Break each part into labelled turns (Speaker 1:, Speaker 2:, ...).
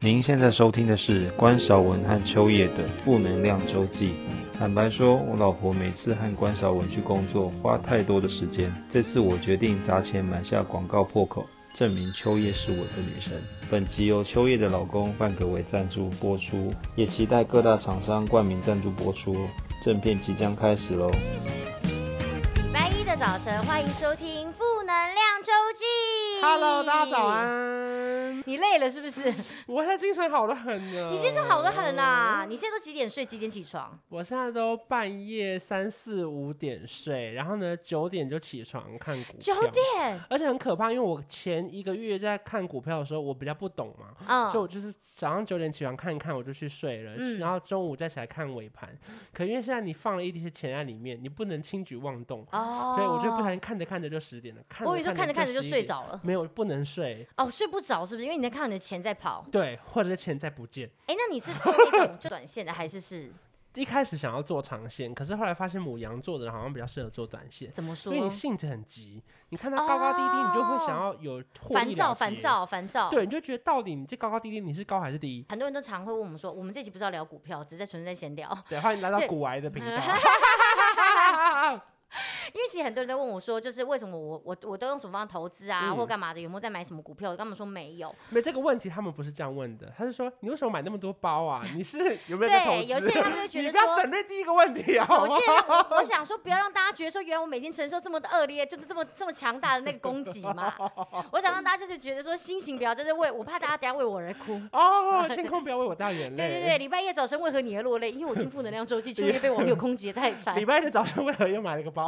Speaker 1: 您现在收听的是关少文和秋叶的《负能量周记》。坦白说，我老婆每次和关少文去工作花太多的时间，这次我决定砸钱买下广告破口，证明秋叶是我的女神。本集由秋叶的老公范可为赞助播出，也期待各大厂商冠名赞助播出哦。正片即将开始喽！
Speaker 2: 礼拜一的早晨，欢迎收听《负能量周记》。
Speaker 3: Hello，大家早。安！
Speaker 2: 你累了是不是？ 你
Speaker 3: 我现在精神好的很呢。
Speaker 2: 精神好的很啊！你现在都几点睡？几点起床？
Speaker 3: 我现在都半夜三四五点睡，然后呢九点就起床看股票。
Speaker 2: 九。点。
Speaker 3: 而且很可怕，因为我前一个月在看股票的时候，我比较不懂嘛，
Speaker 2: 嗯
Speaker 3: 所以我就是早上九点起床看一看，我就去睡了，
Speaker 2: 嗯
Speaker 3: 然后中午再起来看尾盘。可因为现在你放了一些钱在里面，你不能轻举妄动，
Speaker 2: 哦。
Speaker 3: 所以我就不小心看着看着就十点了，看
Speaker 2: 我以为
Speaker 3: 着
Speaker 2: 说看着看着就
Speaker 3: 11
Speaker 2: 睡
Speaker 3: 点。
Speaker 2: 着了。
Speaker 3: 没有，不能睡，
Speaker 2: 哦，睡不着是不是？因为你在看到你的钱在跑。
Speaker 3: 对，或者是钱再不见。
Speaker 2: 哎，那 你是做那种就短线的，还是是
Speaker 3: 一开始想要做长线，可是后来发现母羊座的人好像比较适合做短线，
Speaker 2: 怎么
Speaker 3: 因
Speaker 2: 说哦
Speaker 3: 为？你性子很急，你看它高高低低，你就会想要有获
Speaker 2: 烦
Speaker 3: 利
Speaker 2: 躁，
Speaker 3: 了
Speaker 2: 烦
Speaker 3: 结，
Speaker 2: 躁，烦躁。
Speaker 3: 对，你就觉得到底你这高高低低，你是高还是低？
Speaker 2: 很多人都常会问我们说，我们这集不是要聊股票，只是在纯粹在闲聊。
Speaker 3: 对，欢迎来到
Speaker 2: 对
Speaker 3: 古癌的频
Speaker 2: 嗯
Speaker 3: 道。
Speaker 2: 因为其实很多人在问我说，就是为什么我我我都用什么方法投资啊，
Speaker 3: 嗯
Speaker 2: 或干嘛的，有没有在买什么股票？我跟他们说没有。
Speaker 3: 没这个问题，他们不是这样问的，他是说你为什么买那么多包啊？你是有没有在投
Speaker 2: 对，
Speaker 3: 资？
Speaker 2: 有些人他们会觉
Speaker 3: 你
Speaker 2: 得
Speaker 3: 不要
Speaker 2: 说，
Speaker 3: 省略第一个问题啊！好
Speaker 2: 有
Speaker 3: 吗
Speaker 2: 些人我 我想说，不要让大家觉得说，原来我每天承受这么的恶劣，就是这么这么强大的那个攻击嘛。我想让大家就是觉得说，心情不要就是为我怕大家等下为我而哭。
Speaker 3: 哦，天空不要为我掉眼
Speaker 2: 对
Speaker 3: 泪。
Speaker 2: 对对，礼拜一的早晨为何你而落泪？因为我听负能量周记，秋叶被 网友空姐太惨
Speaker 3: 礼。拜一的早上为何又买了个包？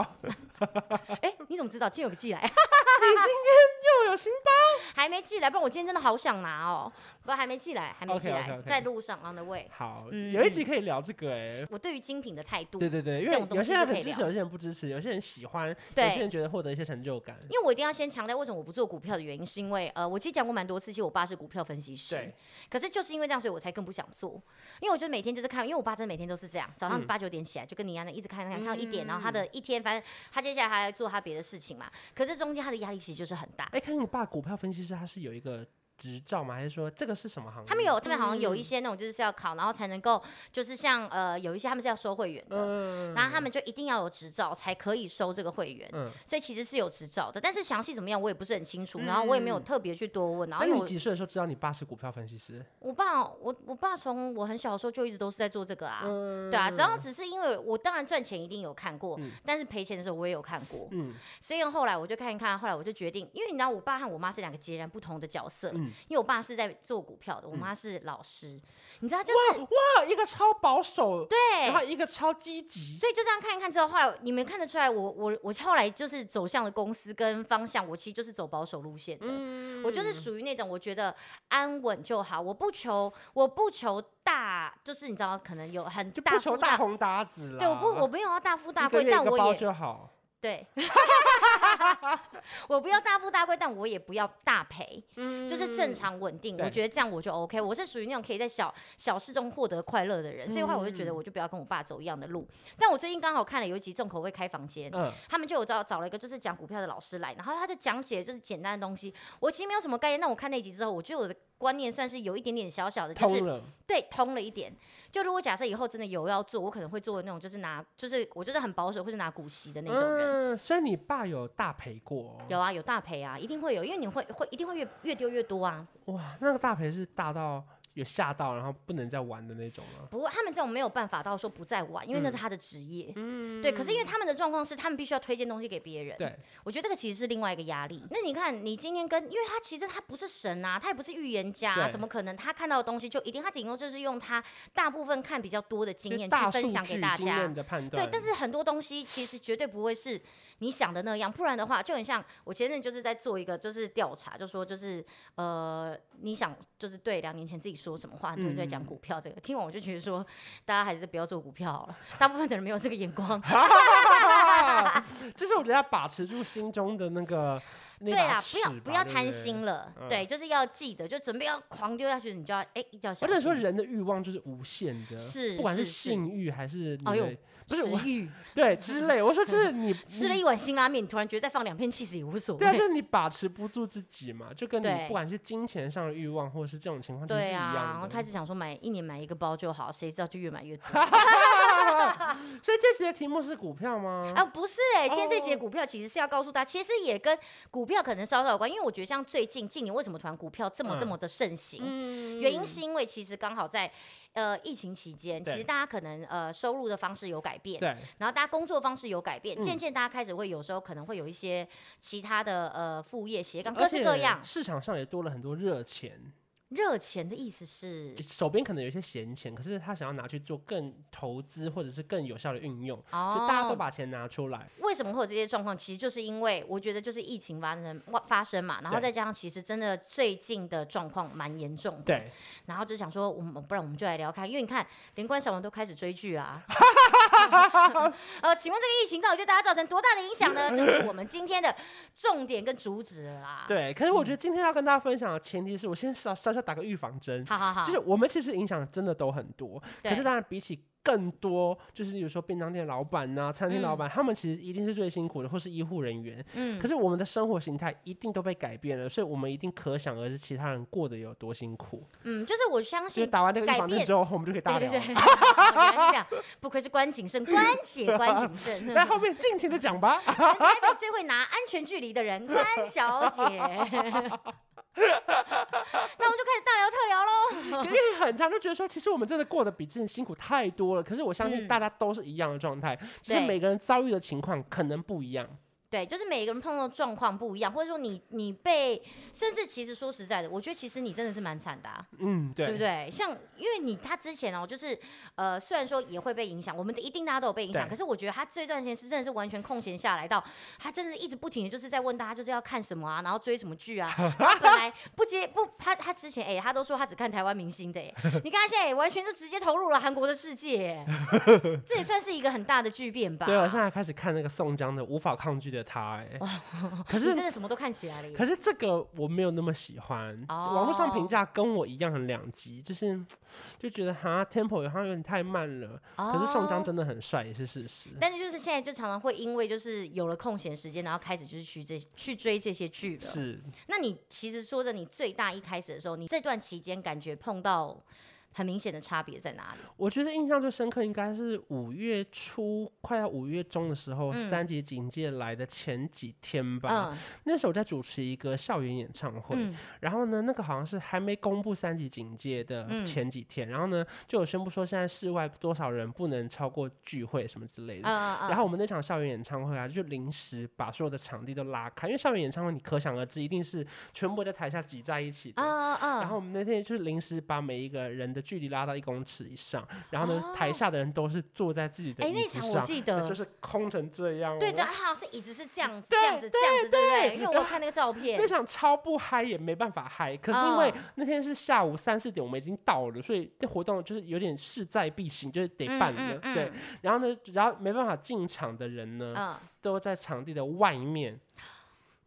Speaker 2: 哎，你怎么知道？今天有个寄来，
Speaker 3: 又有新
Speaker 2: 还没寄来，不然我今天真的好想拿哦。不过还没寄来，还没寄来，
Speaker 3: OK，OK，OK
Speaker 2: 在路上 on the way。
Speaker 3: 好，
Speaker 2: 嗯
Speaker 3: 有一集可以聊这个哎、
Speaker 2: 我对于精品的态度，
Speaker 3: 对对对，因
Speaker 2: 这
Speaker 3: 为
Speaker 2: 种东
Speaker 3: 有
Speaker 2: 西
Speaker 3: 些人
Speaker 2: 是可
Speaker 3: 很
Speaker 2: 以
Speaker 3: 支持，
Speaker 2: 聊
Speaker 3: 有些人不支持，有些人喜欢，有
Speaker 2: 对
Speaker 3: 些人觉得获得一些成就感。
Speaker 2: 因为我一定要先强调为什么我不做股票的原因，是因为呃，我其实讲过蛮多次，其实我爸是股票分析师
Speaker 3: 对，，
Speaker 2: 可是就是因为这样，所以我才更不想做。因为我觉得每天就是看，因为我爸真的每天都是这样，早上
Speaker 3: 嗯
Speaker 2: 八九点起来就跟你一样的，一直看看看到一点，
Speaker 3: 嗯
Speaker 2: 然后他的一天，反正他接下来还要做他别的事情嘛。可是中间他的压力其实就是很大。
Speaker 3: 哎，看你爸股票分析师，他是有一个执照吗？还是说这个是什么行业？
Speaker 2: 他们有，他们好像
Speaker 3: 嗯
Speaker 2: 有一些那种就是要考，然后才能够，就是像呃有一些他们是要收会员的，
Speaker 3: 嗯，
Speaker 2: 然后他们就一定要有执照才可以收这个会员。
Speaker 3: 嗯，
Speaker 2: 所以其实是有执照的，但是详细怎么样我也不是很清楚，然后我也没有特别去多问。然后嗯
Speaker 3: 那
Speaker 2: 因为
Speaker 3: 你
Speaker 2: 我
Speaker 3: 几岁的时候知道你爸是股票分析师？
Speaker 2: 我爸，我我爸从我很小的时候就一直都是在做这个啊，
Speaker 3: 嗯
Speaker 2: 对啊，然后只是因为我当然赚钱一定有看过，
Speaker 3: 嗯
Speaker 2: 但是赔钱的时候我也有看过，
Speaker 3: 嗯
Speaker 2: 所以后来我就看一看，后来我就决定，因为你知道我爸和我妈是两个截然不同的角色，
Speaker 3: 嗯，
Speaker 2: 因为我爸是在做股票的，我妈是老师，你知道就
Speaker 3: 哇
Speaker 2: 是
Speaker 3: 哇，一个超保守，然后
Speaker 2: 对。
Speaker 3: 一个超积极，
Speaker 2: 所以就这样看一看之后，后来你们看得出来我，我我后来就是走向的公司跟方向，我其实就是走保守路线的。
Speaker 3: 嗯
Speaker 2: 我就是属于那种我觉得安稳就好，我不求我不求大，就是你知道，可能有很
Speaker 3: 就
Speaker 2: 大
Speaker 3: 不求
Speaker 2: 富
Speaker 3: 大
Speaker 2: 大
Speaker 3: 红大紫了。
Speaker 2: 对，我不我没有要大富大
Speaker 3: 一个
Speaker 2: 贵，
Speaker 3: 月一
Speaker 2: 但
Speaker 3: 个
Speaker 2: 我
Speaker 3: 包
Speaker 2: 也
Speaker 3: 就好。
Speaker 2: 对， 我不要大富大贵，但我也不要大赔，
Speaker 3: 嗯
Speaker 2: 就是正。常稳定。我
Speaker 3: 对
Speaker 2: 觉得这样我就 OK。我是属于那种可以在小小事中获得快乐的人，所以后来我就觉得
Speaker 3: 嗯
Speaker 2: 我就不要跟我爸走一样的路。但我最近刚好看了有一集重口味开房间，
Speaker 3: 嗯，
Speaker 2: 他们就有找找了一个就是讲股票的老师来，然后他就讲解就是简单的东西，我其实没有什么概念。但我看那集之后，我觉得我的观念算是有一点点小小的，就是
Speaker 3: 通了。
Speaker 2: 对通了一点。就如果假设以后真的有要做，我可能会做那种就是拿就是我就是很保守，或是拿股息的那种人。
Speaker 3: 嗯，所以你爸有大赔过哦。
Speaker 2: 有啊，有大赔啊，一定会有，因为你会会一定会越越丢越多啊。
Speaker 3: 哇，那个大赔是大到有吓到，然后不能再玩的那种吗？
Speaker 2: 不过他们这种没有办法到说不再玩，因
Speaker 3: 嗯
Speaker 2: 为那是他的职业。对。可是因为他们的状况是，他们必须要推荐东西给别人。
Speaker 3: 对，
Speaker 2: 我觉得这个其实是另外一个压力。那你看，你今天跟，因为他其实他不是神啊，他也不是预言家啊、
Speaker 3: 对
Speaker 2: 怎么可能他看到的东西就一定？他顶多就是用他大部分看比较多的经
Speaker 3: 就
Speaker 2: 验
Speaker 3: 大
Speaker 2: 去
Speaker 3: 数
Speaker 2: 分享
Speaker 3: 据
Speaker 2: 给大
Speaker 3: 经
Speaker 2: 家啊
Speaker 3: 验。的判断。
Speaker 2: 对，但是很多东西其实绝对不会是你想的那样，不然的话就很像我前阵就是在做一个就是调查，就说就是呃，你想就是对两年前自己说什么话，很多人在
Speaker 3: 嗯
Speaker 2: 讲股票这个，听完我就觉得说大家还是不要做股票好了，大部分的人没有这 个眼光。
Speaker 3: 就是我觉得要把持住心中的那个对
Speaker 2: 对啦，不要不要贪
Speaker 3: 了。
Speaker 2: 心了，
Speaker 3: 嗯
Speaker 2: 对，就是要记得，就准备要狂丢下去，你就要哎要小
Speaker 3: 而且说
Speaker 2: 心。
Speaker 3: 人的欲望就是无限的，
Speaker 2: 是
Speaker 3: 不管是
Speaker 2: 是是
Speaker 3: 性欲还是你
Speaker 2: 哎呦
Speaker 3: 的，不是我
Speaker 2: 食欲，
Speaker 3: 对之类。我说这是你
Speaker 2: 吃了一碗辛拉面，你突然觉得再放两片 cheese 也无所
Speaker 3: 对啊，就
Speaker 2: 谓。
Speaker 3: 是你把持不住自己嘛，就跟你
Speaker 2: 对
Speaker 3: 不管是金钱上的欲望，或者是这种情况，其实是一
Speaker 2: 对啊，然
Speaker 3: 样
Speaker 2: 后
Speaker 3: 的。
Speaker 2: 开始想说买一年买一个包就好，谁知道就越买越多。
Speaker 3: 所以这期的题目是股票吗？
Speaker 2: 啊，不是哎、今天这节
Speaker 3: 嗯哦
Speaker 2: 股票其实是要告诉大家，其实也跟股票可能稍稍有关，因为我觉得像最近近年为什么突然股票这么这
Speaker 3: 嗯
Speaker 2: 么的盛行，
Speaker 3: 嗯
Speaker 2: 原因是因为其实刚好在呃疫情期间，其
Speaker 3: 对
Speaker 2: 实大家可能呃收入的方式有改变。
Speaker 3: 对，
Speaker 2: 然后大家工作方式有改变，
Speaker 3: 嗯
Speaker 2: 渐渐大家开始会有时候可能会有一些其他的呃副业斜杠，
Speaker 3: 而
Speaker 2: 各
Speaker 3: 且
Speaker 2: 式各样。
Speaker 3: 市场上也多了很多热钱，
Speaker 2: 热钱的意思是
Speaker 3: 手边可能有一些闲钱，可是他想要拿去做更投资或者是更有效的运用，所以大家都
Speaker 2: 哦，
Speaker 3: 把钱拿出来。
Speaker 2: 为什么会有这些状况？其实就是因为我觉得就是疫情发生发生嘛，然后
Speaker 3: 对
Speaker 2: 再加上其实真的最近的状况蛮严重的，
Speaker 3: 对，
Speaker 2: 然后就想说，我们不然我们就来聊看，因为你看，连关晓雯都开始追剧啦。 呃，请问这个疫情到底对大家造成多大的影响呢？这是我们今天的重点跟主旨了啊啦。，
Speaker 3: 对，可是
Speaker 2: 嗯
Speaker 3: 我觉得今天要跟大家分享的前提是我先稍稍稍打个预防针，
Speaker 2: 好好好，
Speaker 3: 就是我们其实影响真的都很多，可
Speaker 2: 对
Speaker 3: 是当然比起。更多就是，比如说便当店老板呐、餐厅老板，他们其实一定是最辛苦的，或是医护人员。
Speaker 2: 嗯
Speaker 3: 可，是我们的生活形态一定都被改变了，所以我们一定可想而知，其他人过得有多辛苦。
Speaker 2: 嗯，就是我相
Speaker 3: 所以
Speaker 2: 信，
Speaker 3: 打完这个预
Speaker 2: 改
Speaker 3: 防针
Speaker 2: 变
Speaker 3: 之后，我们就可以大
Speaker 2: 对对
Speaker 3: 聊了。
Speaker 2: 对， 原来是这样，不愧是关谨慎，关姐关谨 慎，
Speaker 3: 那后面尽情的讲吧。
Speaker 2: 全台北最会拿安全距离的人，关小姐。 那我们就开始大聊特聊喽。
Speaker 3: 因为很常就觉得说，其实我们真的过得比之前辛苦太多了。可是我相信
Speaker 2: 嗯
Speaker 3: 大家都是一样的状态，只是
Speaker 2: 对
Speaker 3: 每个人遭遇的情况可能不一样。
Speaker 2: 对，就是每个人碰到的状况不一样，或者说你你被，甚至其实说实在的，我觉得其实你真的是蛮惨的、啊，
Speaker 3: 嗯，对，
Speaker 2: 对不对？像因为你他之前哦，就是呃，虽然说也会被影响，我们一定大家都有被影响，
Speaker 3: 对
Speaker 2: 可是我觉得他这段时间是真的是完全空闲下来到，他真的一直不停的就是在问大家就是要看什么啊，然后追什么剧 啊，然后本来不接不他他之前哎、他都说他只看台湾明星的哎、你看他现在也完全就直接投入了韩国的世 界、哎这也算是一个很大的巨变吧？
Speaker 3: 对啊我现在开始看那个宋江的《无法抗拒的他》 哎，可
Speaker 2: 你
Speaker 3: 是
Speaker 2: 真的什么都看起来了耶。
Speaker 3: 可是这个我没有那么喜欢，
Speaker 2: 哦
Speaker 3: 网络上评价跟我一样很两极，就是就觉得哈 tempo 好像有点太慢了。可是宋江
Speaker 2: 哦
Speaker 3: 真的很帅也是事实。
Speaker 2: 但是就是现在就常常会因为就是有了空闲时间，然后开始就是去这去追这些剧了。
Speaker 3: 是，
Speaker 2: 那你其实说着你最大一开始的时候，你这段期间感觉碰到很明显的差别在哪里？
Speaker 3: 我觉得印象最深刻应该是五月初，快要五月中的时候，
Speaker 2: 嗯
Speaker 3: 三级警戒来的前几天吧。
Speaker 2: 嗯
Speaker 3: 那时候我在主持一个校园演唱会，
Speaker 2: 嗯
Speaker 3: 然后呢，那个好像是还没公布三级警戒的
Speaker 2: 嗯
Speaker 3: 前几天，然后呢就有宣布说现在室外多少人不能超过聚会什么之类的。
Speaker 2: 嗯
Speaker 3: 然后我们那场校园演唱会啊，就临时把所有的场地都拉开，因为校园演唱会你可想而知，一定是全部在台下挤在一起的。
Speaker 2: 嗯嗯，
Speaker 3: 然后我们那天就是临时把每一个人的距离拉到一公尺以上，然后呢，台下的人都是坐在自己
Speaker 2: 哦
Speaker 3: 的
Speaker 2: 哎，
Speaker 3: 椅
Speaker 2: 那
Speaker 3: 子
Speaker 2: 场我
Speaker 3: 上，
Speaker 2: 记
Speaker 3: 呃
Speaker 2: 得
Speaker 3: 就。是空成这样哦。
Speaker 2: 对哎对，
Speaker 3: 我，
Speaker 2: 好像是椅子是这样子，
Speaker 3: 对
Speaker 2: 这样子，这样子，对不对？因为我有看那个照片
Speaker 3: 那，场超不嗨也没办法嗨，可是因
Speaker 2: 哦
Speaker 3: 为那天是下午三四点，我们已经到了，所以那活动就是有点势在必行，就是得办了。
Speaker 2: 嗯嗯
Speaker 3: 对，然后呢，然后没办法进场的人呢，
Speaker 2: 嗯，
Speaker 3: 都在场地的外面。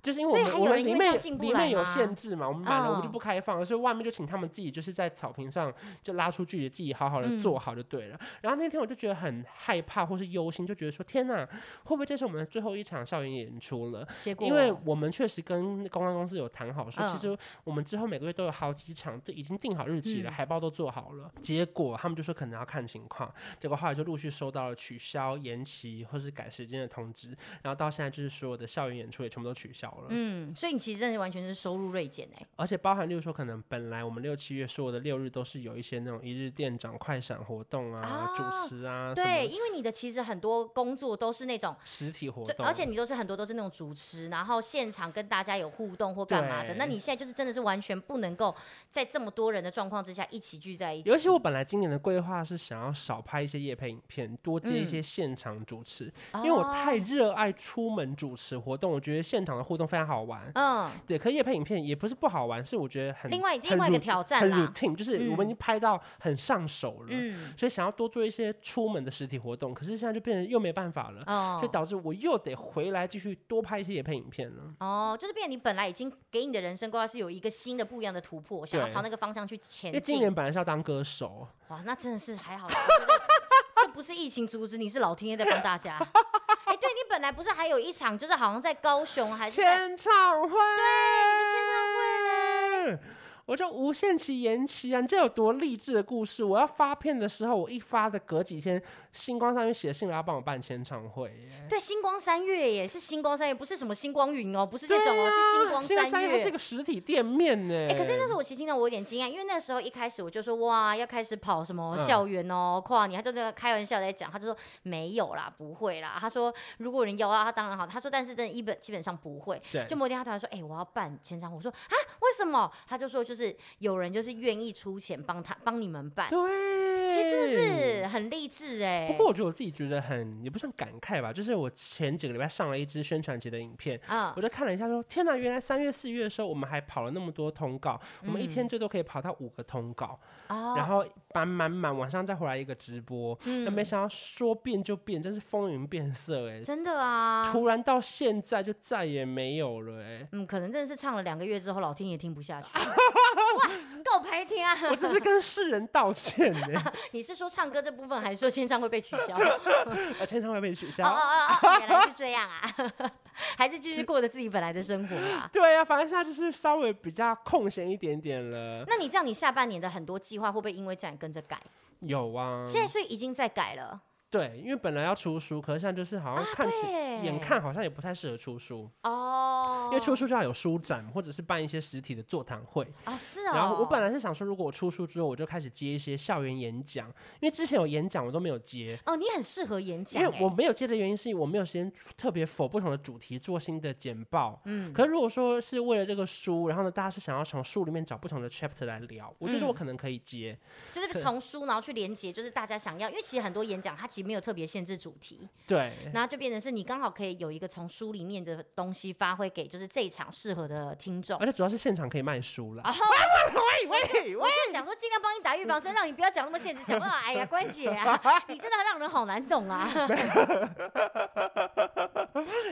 Speaker 3: 就是因为
Speaker 2: 所以
Speaker 3: 我们
Speaker 2: 还
Speaker 3: 我
Speaker 2: 有
Speaker 3: 们
Speaker 2: 人
Speaker 3: 里
Speaker 2: 因为这
Speaker 3: 面
Speaker 2: 样进不
Speaker 3: 里
Speaker 2: 来
Speaker 3: 面有
Speaker 2: 吗
Speaker 3: 限制嘛，我们满了我们就
Speaker 2: 哦
Speaker 3: 不开放了，所以外面就请他们自己就是在草坪上就拉出距离，自己好好的
Speaker 2: 嗯
Speaker 3: 做好就对了。然后那天我就觉得很害怕或是忧心，就觉得说天哪，会不会这是我们的最后一场校园演出了？
Speaker 2: 结果
Speaker 3: 因为我们确实跟公关公司有谈好说，
Speaker 2: 嗯
Speaker 3: 其实我们之后每个月都有好几场，这已经定好日期了，
Speaker 2: 嗯
Speaker 3: 海报都做好了。结果他们就说可能要看情况，结果后来就陆续收到了取消、延期或是改时间的通知，然后到现在就是所有的校园演出也全部都取消了，
Speaker 2: 嗯，所以你其实真的完全是收入锐减哎，
Speaker 3: 而且包含例如说，可能本来我们六七月所有的六日都是有一些那种一日店长快闪活动啊、
Speaker 2: 哦
Speaker 3: 主持啊，
Speaker 2: 对，，因为你的其实很多工作都是那种
Speaker 3: 实体活
Speaker 2: 对，
Speaker 3: 动，
Speaker 2: 而且你都是很多都是那种主持，然后现场跟大家有互动或干嘛的。
Speaker 3: 对
Speaker 2: 那你现在就是真的是完全不能够在这么多人的状况之下一起聚在一起。
Speaker 3: 尤其我本来今年的规划是想要少拍一些夜配影片，多
Speaker 2: 嗯哦
Speaker 3: 接一些现场主持，因为我太热爱出门主持活动，我觉得现场的互动动非常好玩。
Speaker 2: 嗯，
Speaker 3: 对，可是夜配影片也不是不好玩，是我觉得很
Speaker 2: 另外
Speaker 3: 很
Speaker 2: 另外一个
Speaker 3: rout-
Speaker 2: 挑战
Speaker 3: 很
Speaker 2: 啦，
Speaker 3: routine，就是我们已经拍到很上手了，
Speaker 2: 嗯，
Speaker 3: 所以想要多做一些出门的实体活动，可是现在就变成又没办法了，
Speaker 2: 哦
Speaker 3: 所以导致我又得回来继续多拍一些夜配影片了。
Speaker 2: 哦，就是变成你本来已经给你的人生规划是有一个新的不一样的突破，想要
Speaker 3: 对
Speaker 2: 朝那个方向去
Speaker 3: 因为
Speaker 2: 前
Speaker 3: 今
Speaker 2: 进。
Speaker 3: 年本来是要当歌手，
Speaker 2: 哇，那真的是还好，我觉 得这不是疫情阻止，你是老天爷在帮大家。哎，对你本来不是还有一场，就是好像在高雄还是 在
Speaker 3: 签唱会，对，签唱会嘞，我就无限期延期啊！你这有多励志的故事？我要发片的时候，我一发的隔几天，星光上面写信来要帮我办签唱会耶。
Speaker 2: 对，星光三月耶，是星光三月，不是什么星光云哦，不是
Speaker 3: 啊
Speaker 2: 这种哦，是星光
Speaker 3: 现在
Speaker 2: 三
Speaker 3: 月，它是一个实体店面呢。
Speaker 2: 哎、可是那时候我其实听到我有点惊讶，因为那时候一开始我就说哇，要开始跑什么
Speaker 3: 嗯
Speaker 2: 校园哦、跨年，他就在开玩笑在讲，他就说没有啦，不会啦。他说如果有人邀啊，他当然好。他说但是真的一本基本上不会。
Speaker 3: 对
Speaker 2: 就某天他突然说，哎、我要办签唱会，我说啊，为什么？他就说就是有人就是愿意出钱帮他帮你们办，
Speaker 3: 对，
Speaker 2: 其实真的是很励志哎、
Speaker 3: 不过我觉得我自己觉得很也不算感慨吧，就是我前几个礼拜上了一支宣传节的影片，
Speaker 2: 啊
Speaker 3: 我，就看了一下说，天哪，原来三月四月的时候我们还跑了那么多通告，我们一天最多可以跑到五个通告，然
Speaker 2: 嗯哦，嗯
Speaker 3: 后满满满晚上再回来一个直播，那、没想到说变就变，真是风云变色哎、
Speaker 2: 真的 啊。
Speaker 3: 突然到现在就再也没有了哎、
Speaker 2: 嗯，可能真的是唱了两个月之后，老天也听不下去。 哇，够白天啊！
Speaker 3: 我真是跟世人道歉哎呢、
Speaker 2: 你是说唱歌这部分，还是说签唱会被取 消？
Speaker 3: 呃，签唱会被取
Speaker 2: 哦
Speaker 3: 消。
Speaker 2: 哦哦，原来是这样啊， 还是继续过着自己本来的生活啊？
Speaker 3: 对呀、反正现在就是稍微比较空闲一点点了。
Speaker 2: 那你这样，你下半年的很多计划会不会因为这样跟着改？
Speaker 3: 有啊，
Speaker 2: 现在所以已经在改了，
Speaker 3: 对，因为本来要出书，可是现在就是好像
Speaker 2: 啊
Speaker 3: 看起、
Speaker 2: 对
Speaker 3: 眼看好像也不太适合出书，
Speaker 2: 哦
Speaker 3: 因，为出书就要有书展或者是办一些实体的座谈会。
Speaker 2: 啊是哦，
Speaker 3: 然后我本来是想说，如果我出书之后，我就开始接一些校园演讲，因为之前有演讲我都没有接。
Speaker 2: 哦，你很适合演
Speaker 3: 因
Speaker 2: 讲、
Speaker 3: 为
Speaker 2: 欸，
Speaker 3: 我没有接的原因是我没有时间特别否不同的主题做新的简报，
Speaker 2: 嗯
Speaker 3: 嗯，可是如果说是为了这个书，然后呢，大家是想要从书里面找不同的 chapter 来聊，我觉得我
Speaker 2: 嗯
Speaker 3: 可能可以接，
Speaker 2: 就是从书然后去连接，就是大家想要，因为其实很多演讲它其实没有特别限制主题，
Speaker 3: 对，
Speaker 2: 然后就变成是你刚好可以有一个从书里面的东西发挥给就是这一场适合的听众。
Speaker 3: 而且主要是现场可以卖书啦，
Speaker 2: 然后
Speaker 3: 喂喂
Speaker 2: 我就想说，尽量帮你打预防针，让你不要讲那么现实。想 不到，哎呀，关姐啊，你真的让人好难懂啊！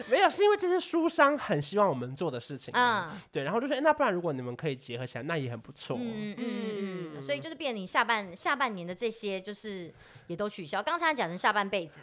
Speaker 3: 没有，是因为这些书商很希望我们做的事情、啊，
Speaker 2: 嗯
Speaker 3: 对，然后就说，哎那不然如果你们可以结合起来，那也很不错，哦
Speaker 2: 嗯嗯嗯，所以就是变你下半下半年的这些，就是也都取消。刚才讲成下半辈子，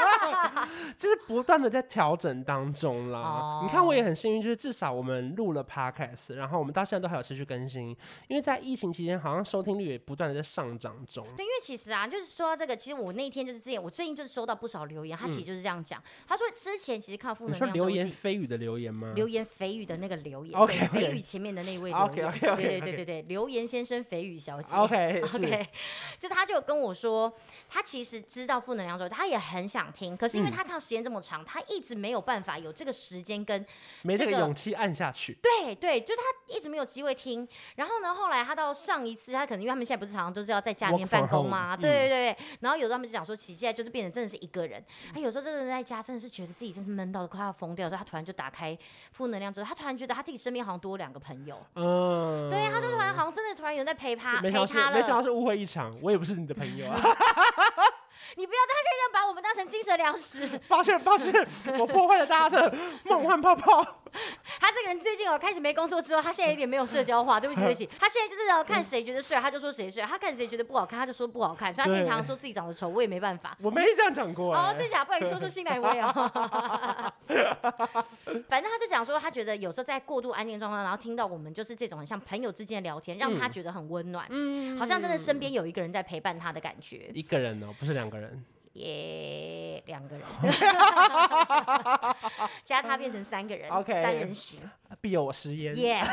Speaker 3: 就是不断的在调整当中啦。
Speaker 2: 哦
Speaker 3: 你看，我也很幸运，就是至少我们录了 podcast，然后我们到现在都还有持续更新，因为在疫情期间，好像收听率也不断的在上涨中。
Speaker 2: 对，因为其实啊，就是说到这个，其实我那天就是之前，我最近就是收到不少留言，他其实就是这样讲，他说之前其实看到负
Speaker 3: 嗯你
Speaker 2: 能
Speaker 3: 说
Speaker 2: 量
Speaker 3: 流
Speaker 2: 周
Speaker 3: 言
Speaker 2: 记。
Speaker 3: 蜚语的留言吗？
Speaker 2: 流言蜚语的那个留言
Speaker 3: OK，OK
Speaker 2: 对蜚语前面的那一位留言
Speaker 3: OK，OK，OK，OK
Speaker 2: 对对对对对，留言先生，蜚语小姐
Speaker 3: OK，是
Speaker 2: OK，就他就有跟我说，他其实知道负能量之后，他也很想听，可是因
Speaker 3: 嗯
Speaker 2: 为他看到时间这么长，他一直没有办法有这个时间跟
Speaker 3: 没这个
Speaker 2: 这个
Speaker 3: 勇气按下去。
Speaker 2: 对对，就他一直没有机会听。然后呢，后来他到上一次，他可能因为他们现在不是常常都是要在家里面
Speaker 3: Work
Speaker 2: 办
Speaker 3: from
Speaker 2: 公
Speaker 3: home，嗯
Speaker 2: 嘛，对对对。对然后有时候他们就讲说，其实现在就是变成真的是一个人。他、有时候真的在家，真的是觉得自己真是闷到快要疯掉，所以他突然就打开负能量之后，他突然觉得他自己身边好像多两个朋友。
Speaker 3: 嗯，
Speaker 2: 对，他就突然好像真的突然有人在陪他
Speaker 3: 没
Speaker 2: 陪
Speaker 3: 想到
Speaker 2: 他
Speaker 3: 是没想
Speaker 2: 了
Speaker 3: 到。是误会一场，我也不是你的朋友啊，
Speaker 2: 你不要在现在把我们当成精神粮食。
Speaker 3: 抱歉抱歉，我破坏了大家的梦幻泡泡。
Speaker 2: 他这个人最近哦，开始没工作之后，他现在有点没有社交化。对不起，对不起，他现在就是哦，看谁觉得帅，他就说谁帅；他看谁觉得不好看，他就说不好看。所以他现在常常说自己长得丑，我也没办法。
Speaker 3: 我没这样讲过、欸。
Speaker 2: 哦，这假不然说出新来威哦。反正他就讲说，他觉得有时候在过度安静的状况，然后听到我们就是这种很像朋友之间的聊天，让他觉得很温暖，好像真的身边有一个人在陪伴他的感觉。
Speaker 3: 一个人哦，不是两个人。
Speaker 2: 也两个人，加他变成三个人
Speaker 3: OK 嗯
Speaker 2: 三人行
Speaker 3: 必有我师焉。
Speaker 2: ，yes。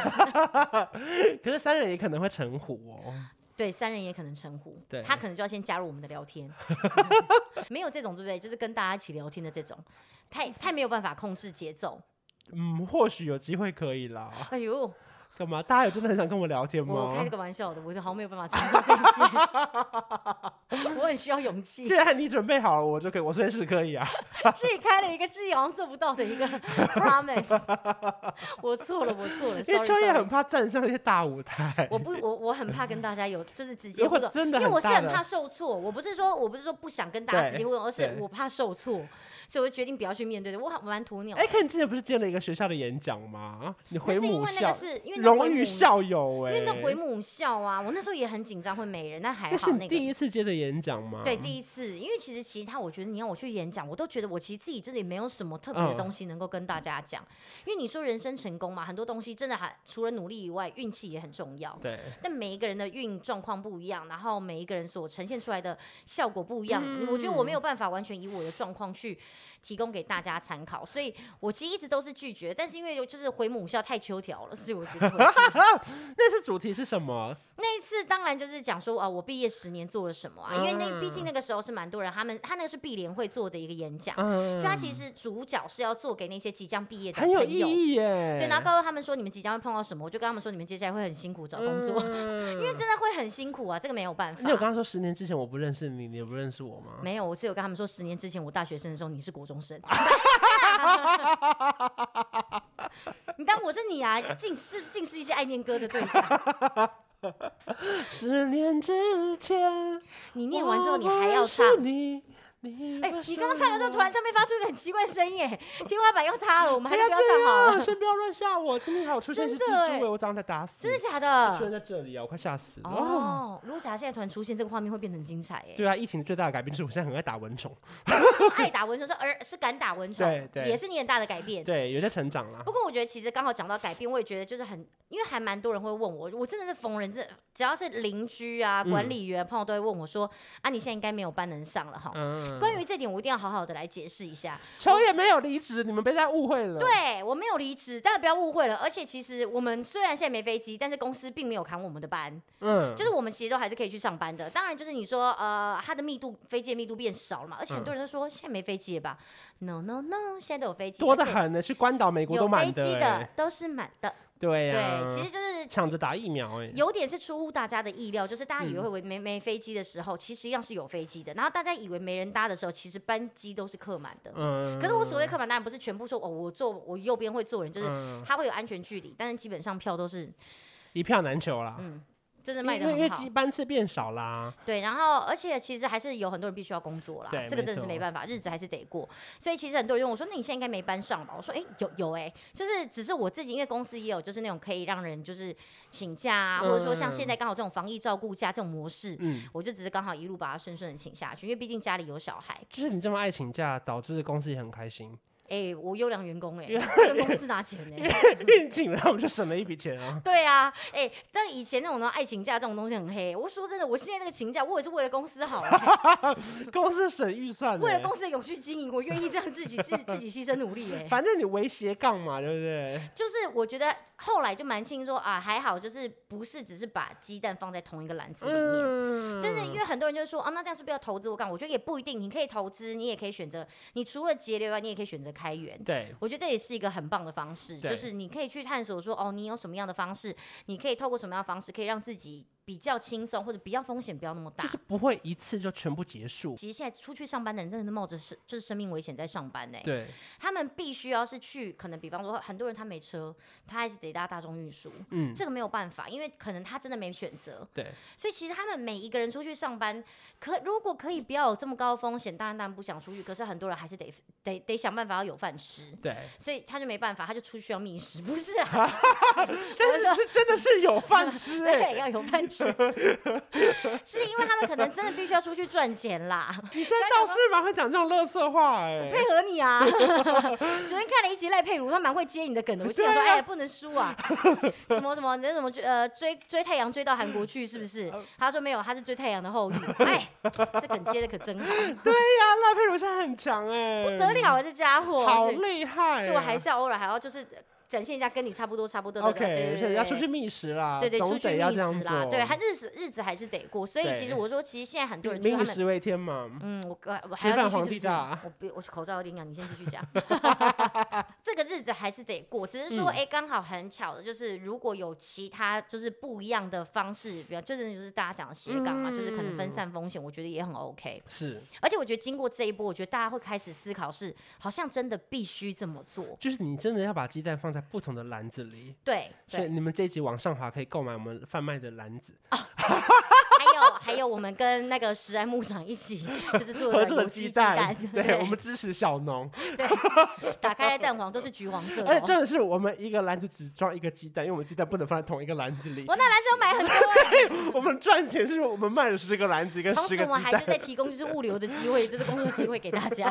Speaker 3: 可是三人也可能会成虎哦。
Speaker 2: 对，三人也可能称呼，
Speaker 3: 对
Speaker 2: 他可能就要先加入我们的聊 天，没有这种对不对？就是跟大家一起聊天的这种，太太没有办法控制节奏。
Speaker 3: 嗯，或许有机会可以啦。
Speaker 2: 哎呦，
Speaker 3: 干嘛？大家有真的很想跟我聊天
Speaker 2: 我开
Speaker 3: 吗
Speaker 2: 这？个玩笑的，我就好像没有办法承受这一切。 我很需要勇气
Speaker 3: 既。然你准备好了，我就可以，我随时可以啊。
Speaker 2: 自己开了一个自己好像做不到的一个 promise，我 错了，我错了。
Speaker 3: 因为
Speaker 2: sorry，
Speaker 3: 秋叶
Speaker 2: sorry
Speaker 3: 很怕站上那些大舞台，
Speaker 2: 我不，我我很怕跟大家有就是直 接
Speaker 3: 如
Speaker 2: 互
Speaker 3: 果
Speaker 2: 动，
Speaker 3: 真的
Speaker 2: 因为
Speaker 3: 很
Speaker 2: 我是
Speaker 3: 大
Speaker 2: 很
Speaker 3: 的
Speaker 2: 怕受挫。我不是说我不是说不想跟大家直接
Speaker 3: 对
Speaker 2: 互动，而是
Speaker 3: 对
Speaker 2: 我怕受挫，所以我就决定不要去面对的。我好蛮鸵鸟的。
Speaker 3: 哎、可你之前不是接了一个学校的演讲吗？你
Speaker 2: 那
Speaker 3: 回
Speaker 2: 是因
Speaker 3: 母
Speaker 2: 为那
Speaker 3: 校
Speaker 2: 个，是因为那
Speaker 3: 荣
Speaker 2: 回
Speaker 3: 誉
Speaker 2: 母，
Speaker 3: 校友
Speaker 2: 因
Speaker 3: 哎、
Speaker 2: 为那回母校啊，我那时候也很紧张，会没人，但还
Speaker 3: 那
Speaker 2: 好
Speaker 3: 是
Speaker 2: 那
Speaker 3: 你
Speaker 2: 个
Speaker 3: 第。一次接的演讲吗？
Speaker 2: 对，第一次，因为其实其他，我觉得你要我去演讲，我都觉得我其实自己这里没有什么特别的
Speaker 3: 嗯
Speaker 2: 东西能够跟大家讲。因为你说人生成功嘛，很多东西真的还除了努力以外，运气也很重要。
Speaker 3: 对，
Speaker 2: 但每一个人的运状况不一样，然后每一个人所呈现出来的效果不一样，
Speaker 3: 嗯
Speaker 2: 我觉得我没有办法完全以我的状况去提供给大家参考，所以我其实一直都是拒绝。但是因为就是回母校太秋条了，所以我觉得回去
Speaker 3: 那次主题是什么？
Speaker 2: 那一次当然就是讲说啊，我毕业十年做了什么啊？因为那毕
Speaker 3: 嗯
Speaker 2: 竟那个时候是蛮多人，他们他那个是毕联会做的一个演讲，
Speaker 3: 嗯，
Speaker 2: 所以他其实主角是要做给那些即将毕业的
Speaker 3: 很有
Speaker 2: 朋
Speaker 3: 意
Speaker 2: 友。
Speaker 3: 义耶。
Speaker 2: 对，然后告诉他们说你们即将会碰到什么，我就跟他们说你们接下来会很辛苦找工作，
Speaker 3: 嗯
Speaker 2: 因为真的会很辛苦啊，这个没有办法
Speaker 3: 那。我刚刚说十年之前我不认识你，你也不认识我吗？
Speaker 2: 没有，我是有跟他们说，十年之前我大学生的时候你是国中生， 你当我是你啊？尽是尽是一些爱念歌的对象。
Speaker 3: 十年之前，
Speaker 2: 你念完之后
Speaker 3: 我
Speaker 2: 你还要
Speaker 3: 认识
Speaker 2: 唱，
Speaker 3: 哦你，你
Speaker 2: 哎、
Speaker 3: 不
Speaker 2: 你
Speaker 3: 是
Speaker 2: 刚刚唱的时候
Speaker 3: 我
Speaker 2: 突然上面发出一个很奇怪的声音，哎，天花板要塌了，我们还
Speaker 3: 不
Speaker 2: 是
Speaker 3: 要
Speaker 2: 不要
Speaker 3: 哎这
Speaker 2: 唱好
Speaker 3: 样，
Speaker 2: 了。
Speaker 3: 先不要乱吓我。今天还有出现一只
Speaker 2: 真
Speaker 3: 蜘
Speaker 2: 的
Speaker 3: 蛛
Speaker 2: 哎
Speaker 3: 哎，我早上才打死，
Speaker 2: 真的假
Speaker 3: 居然
Speaker 2: 的？
Speaker 3: 在这里啊，我快吓死了。哦
Speaker 2: 哦，如果假如现在突然出现这个画面，会变得很精彩哎。
Speaker 3: 对啊，疫情最大的改变就是我现在很爱打蚊虫，
Speaker 2: 爱打蚊虫是而是敢打蚊虫
Speaker 3: 对，对
Speaker 2: 也是你很大的改变。
Speaker 3: 对，有在成长啦
Speaker 2: 不。过我觉得其实刚好讲到改变，我也觉得就是很，因为还蛮多人会问我，我真的是逢人这只要是邻居啊、
Speaker 3: 嗯
Speaker 2: 管理员、朋友都会问我说，啊，你现在应该没有班能上了哈。
Speaker 3: 嗯，
Speaker 2: 关于这点，我一定要好好的来解释一下。
Speaker 3: 球也没有离职，你们被他误会了。，
Speaker 2: 对我没有离职，大家不要误会了。而且其实我们虽然现在没飞机，但是公司并没有砍我们的班，
Speaker 3: 嗯，
Speaker 2: 就是我们其实都还是可以去上班的。当然，就是你说呃，它的密度飞机的密度变少了嘛，而且
Speaker 3: 嗯
Speaker 2: 很多人都说、现在没飞机了吧？No No No，现在都有飞机，
Speaker 3: 多的
Speaker 2: 而且
Speaker 3: 很呢，去关岛、美国都
Speaker 2: 有飞
Speaker 3: 满
Speaker 2: 机
Speaker 3: 的
Speaker 2: 的
Speaker 3: 哎。
Speaker 2: 都是满的。
Speaker 3: 对啊，
Speaker 2: 对，其实就是
Speaker 3: 抢着打疫苗哎。
Speaker 2: 有点是出乎大家的意料，就是大家以为
Speaker 3: 嗯
Speaker 2: 会没没飞机的时候，其实一样是有飞机的。然后大家以为没人搭的时候，其实班机都是客满的。
Speaker 3: 嗯，
Speaker 2: 可是我所谓客满，当然不是全部说哦，我坐我右边会坐人，就是
Speaker 3: 嗯
Speaker 2: 它会有安全距离，但是基本上票都是
Speaker 3: 一票难求啦，
Speaker 2: 真的
Speaker 3: 因
Speaker 2: 嗯卖
Speaker 3: 为
Speaker 2: 的
Speaker 3: 因为
Speaker 2: 很好
Speaker 3: 机。班次变少啦。
Speaker 2: 对，然后而且其实还是有很多人必须要工作啦
Speaker 3: 对，
Speaker 2: 这个
Speaker 3: 没
Speaker 2: 真的是
Speaker 3: 错
Speaker 2: 没办法，日子还是得过。所以其实很多人问我说：“那你现在应该没班上吧？”我说：“哎、有有哎、就是只是我自己，因为公司也有就是那种可以让人就是请假啊，或者说像现在刚好这种防疫照顾假这种模式，
Speaker 3: 嗯，
Speaker 2: 我就只是刚好一路把他顺顺的请下去，因为毕竟家里有小孩。
Speaker 3: 就是你这么爱请假，导致公司也很开心，
Speaker 2: 哎、我优良员工哎、跟公司拿钱哎、
Speaker 3: 因为你请了，我们就省了一笔钱啊。
Speaker 2: 对啊，哎、但以前那种呢，爱情假这种东西很黑。我说真的，我现在这个请假，我也是为了公司好啦
Speaker 3: 公司省预算的
Speaker 2: 为
Speaker 3: 欸，
Speaker 2: 了公司的永续经营，我愿意这样自己自自己牺牲努力哎、
Speaker 3: 反正你围斜杠嘛，对不对？
Speaker 2: 就是我觉得后来就蛮庆说啊，还好就是不是只是把鸡蛋放在同一个篮子里面。
Speaker 3: 嗯，
Speaker 2: 真的，因为很多人就说啊，那这样是不是要投资？我讲，我觉得也不一定，你可以投资，你也可以选择，你除了节流以啊外，你也可以选择开源。
Speaker 3: 对，
Speaker 2: 我觉得这也是一个很棒的方式，
Speaker 3: 对
Speaker 2: 就是你可以去探索说，哦，你有什么样的方式，你可以透过什么样的方式，可以让自己比较轻松，或者比较风险不要那么大。
Speaker 3: 就是不会一次就全部结束。
Speaker 2: 其实现在出去上班的人，真的是冒着生就是生命危险在上班呢、
Speaker 3: 对，
Speaker 2: 他们必须要是去，可能比方说很多人他没车，他还是得搭大众运输，
Speaker 3: 嗯，
Speaker 2: 这个没有办法，因为可能他真的没选择。
Speaker 3: 对，
Speaker 2: 所以其实他们每一个人出去上班，可如果可以不要有这么高的风险，当然当然不想出去，可是很多人还是得得得想办法要有饭吃。
Speaker 3: 对，
Speaker 2: 所以他就没办法，他就出去要觅食，不是啊？
Speaker 3: 但是是真的是有饭 吃哎、
Speaker 2: 对，要有饭吃，是因为他们可能真的必须要出去赚钱啦，
Speaker 3: 你现在倒是蛮会讲这种乐色话哎、
Speaker 2: 配合你啊。 昨天看了一集赖佩茹，她蛮会接你的梗的，我心想说，
Speaker 3: 对啊
Speaker 2: 哎呀，不能输啊，什么什么，那什么呃，追追太阳追到韩国去是不是？
Speaker 3: 嗯
Speaker 2: 他说没有，他是追太阳的后裔。哎，这梗接的可真好，
Speaker 3: 对呀、赖佩如现在很强哎、
Speaker 2: 不得了啊，这家伙，
Speaker 3: 好
Speaker 2: 所以
Speaker 3: 厉害、啊，
Speaker 2: 所以我还是要偶尔还要就是。展现一下跟你差不多差不多的。
Speaker 3: OK，
Speaker 2: 对对
Speaker 3: 而
Speaker 2: 对
Speaker 3: 且
Speaker 2: 对
Speaker 3: 要出去觅食啦，
Speaker 2: 对对，出
Speaker 3: 总
Speaker 2: 去
Speaker 3: 得要
Speaker 2: 觅
Speaker 3: 这样
Speaker 2: 食啦，
Speaker 3: 做，
Speaker 2: 对，还日子日子还是得过。所以其实
Speaker 3: 对
Speaker 2: 我说，其实现在很多人
Speaker 3: 民
Speaker 2: 就
Speaker 3: 以
Speaker 2: 他们，
Speaker 3: 食为天嘛。
Speaker 2: 嗯，我我我还
Speaker 3: 吃
Speaker 2: 要继续
Speaker 3: 饭皇
Speaker 2: 是不
Speaker 3: 帝
Speaker 2: 是？
Speaker 3: 大啊
Speaker 2: 我不，我口罩有点痒，你先继续 讲。这个日子还是得过，只是说，
Speaker 3: 嗯
Speaker 2: 哎、刚好很巧的，就是如果有其他就是不一样的方式，比方就是就是大家讲的斜杠嘛，就是可能分
Speaker 3: 嗯
Speaker 2: 散风险，我觉得也很 OK。
Speaker 3: 是，
Speaker 2: 而且我觉得经过这一波，我觉得大家会开始思考是，好像真的必须这么做。
Speaker 3: 就是你真的要把鸡蛋放在不同的篮子里。
Speaker 2: 对对
Speaker 3: 所以，你们这一集往上滑可以购买我们贩卖的篮子，
Speaker 2: 还有还有，我们跟那个石安牧场一起就是做
Speaker 3: 合
Speaker 2: 了
Speaker 3: 作的
Speaker 2: 有
Speaker 3: 鸡
Speaker 2: 机
Speaker 3: 蛋
Speaker 2: 蛋，，
Speaker 3: 对我们支持小农。
Speaker 2: 打开的蛋黄都是橘黄色的、
Speaker 3: 而且
Speaker 2: 哦。
Speaker 3: 真的是我们一个篮子只装一个鸡蛋，因为我们鸡蛋不能放在同一个篮子里。
Speaker 2: 我那篮子有买很 多、
Speaker 3: 我们赚钱是我们卖了十个篮子跟
Speaker 2: 同
Speaker 3: 十
Speaker 2: 时
Speaker 3: 个
Speaker 2: 我们
Speaker 3: 鸡
Speaker 2: 还就在
Speaker 3: 蛋，
Speaker 2: 提供就是物流的机会，就是工作机会给大家。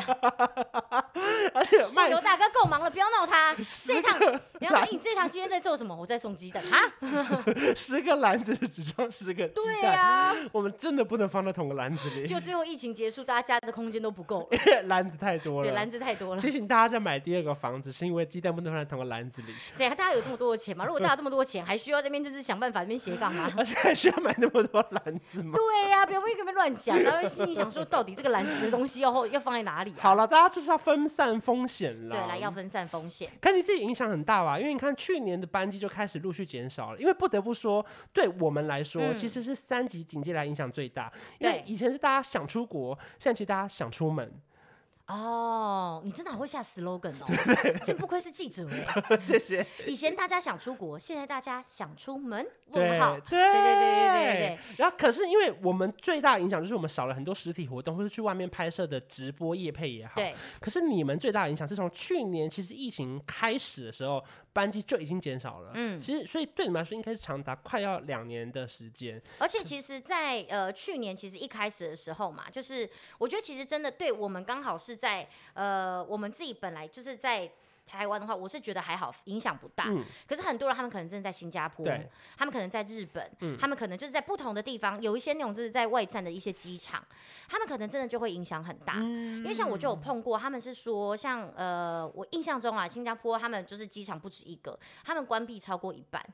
Speaker 3: 而且
Speaker 2: 物
Speaker 3: 卖
Speaker 2: 流大哥够忙了，不要闹他。这一趟，你要说
Speaker 3: 篮
Speaker 2: 哎你这一趟今天在做什么？我在送鸡 蛋啊。
Speaker 3: 十个篮子只装十个鸡
Speaker 2: 对
Speaker 3: 蛋，
Speaker 2: 呀、
Speaker 3: 我们真的不能放在同个篮子里，
Speaker 2: 就最后疫情结束，大家的空间都不
Speaker 3: 啊
Speaker 2: 够了，
Speaker 3: 篮子太多
Speaker 2: 对，
Speaker 3: 了
Speaker 2: 篮。子太多了。
Speaker 3: 提醒大家，在买第二个房子是因为鸡蛋不能放在同个篮子里，
Speaker 2: 对啊，大家有这么多的钱吗？如果大家这么多钱，还需要这边就是想办法这边斜杠吗？
Speaker 3: 而且还需要买那么多篮子吗？
Speaker 2: 对呀、不要被这边乱讲，他们心里想说，到底这个篮子的东西要要放在哪 里、啊？
Speaker 3: 好了，大家就是要分散风险啦。
Speaker 2: 对啦，要分散风 险。
Speaker 3: 看你自己影响很大吧，因为你看去年的班机就开始陆续减少了，因为不得不说，对我们来说，
Speaker 2: 嗯
Speaker 3: 其实是三级警戒来影响最大，因
Speaker 2: 对
Speaker 3: 为以前是大家想出国，现在其实大家想出门，
Speaker 2: 哦，你真的好会下 slogan 哦，真不愧是记者哎。
Speaker 3: 谢谢。
Speaker 2: 以 前大家想出国，现在大家想出门？
Speaker 3: 对
Speaker 2: 问号。
Speaker 3: 对
Speaker 2: 对对对对对
Speaker 3: 然后可是因为我们最大的影响就是我们少了很多实体活动，或是去外面拍摄的直播夜配也好。
Speaker 2: 对
Speaker 3: 可是你们最大的影响是从去年其实疫情开始的时候，班机就已经减少了。
Speaker 2: 嗯
Speaker 3: 其实所以对你们来说应该是长达快要两年的时间。
Speaker 2: 而且其实在，呃去年其实一开始的时候嘛，就是我觉得其实真的对我们刚好是在呃我们自己本来就是在。台湾的话，我是觉得还好，影响不大。
Speaker 3: 嗯
Speaker 2: 可是很多人他们可能真的在新加坡
Speaker 3: 对，
Speaker 2: 他们可能在日本，
Speaker 3: 嗯
Speaker 2: 他们可能就是在不同的地方，有一些那种就是在外站的一些机场，他们可能真的就会影响很大。
Speaker 3: 嗯
Speaker 2: 因为像我就有碰过，他们是说像呃，我印象中啊，新加坡他们就是机场不止一个，他们关闭超过一半。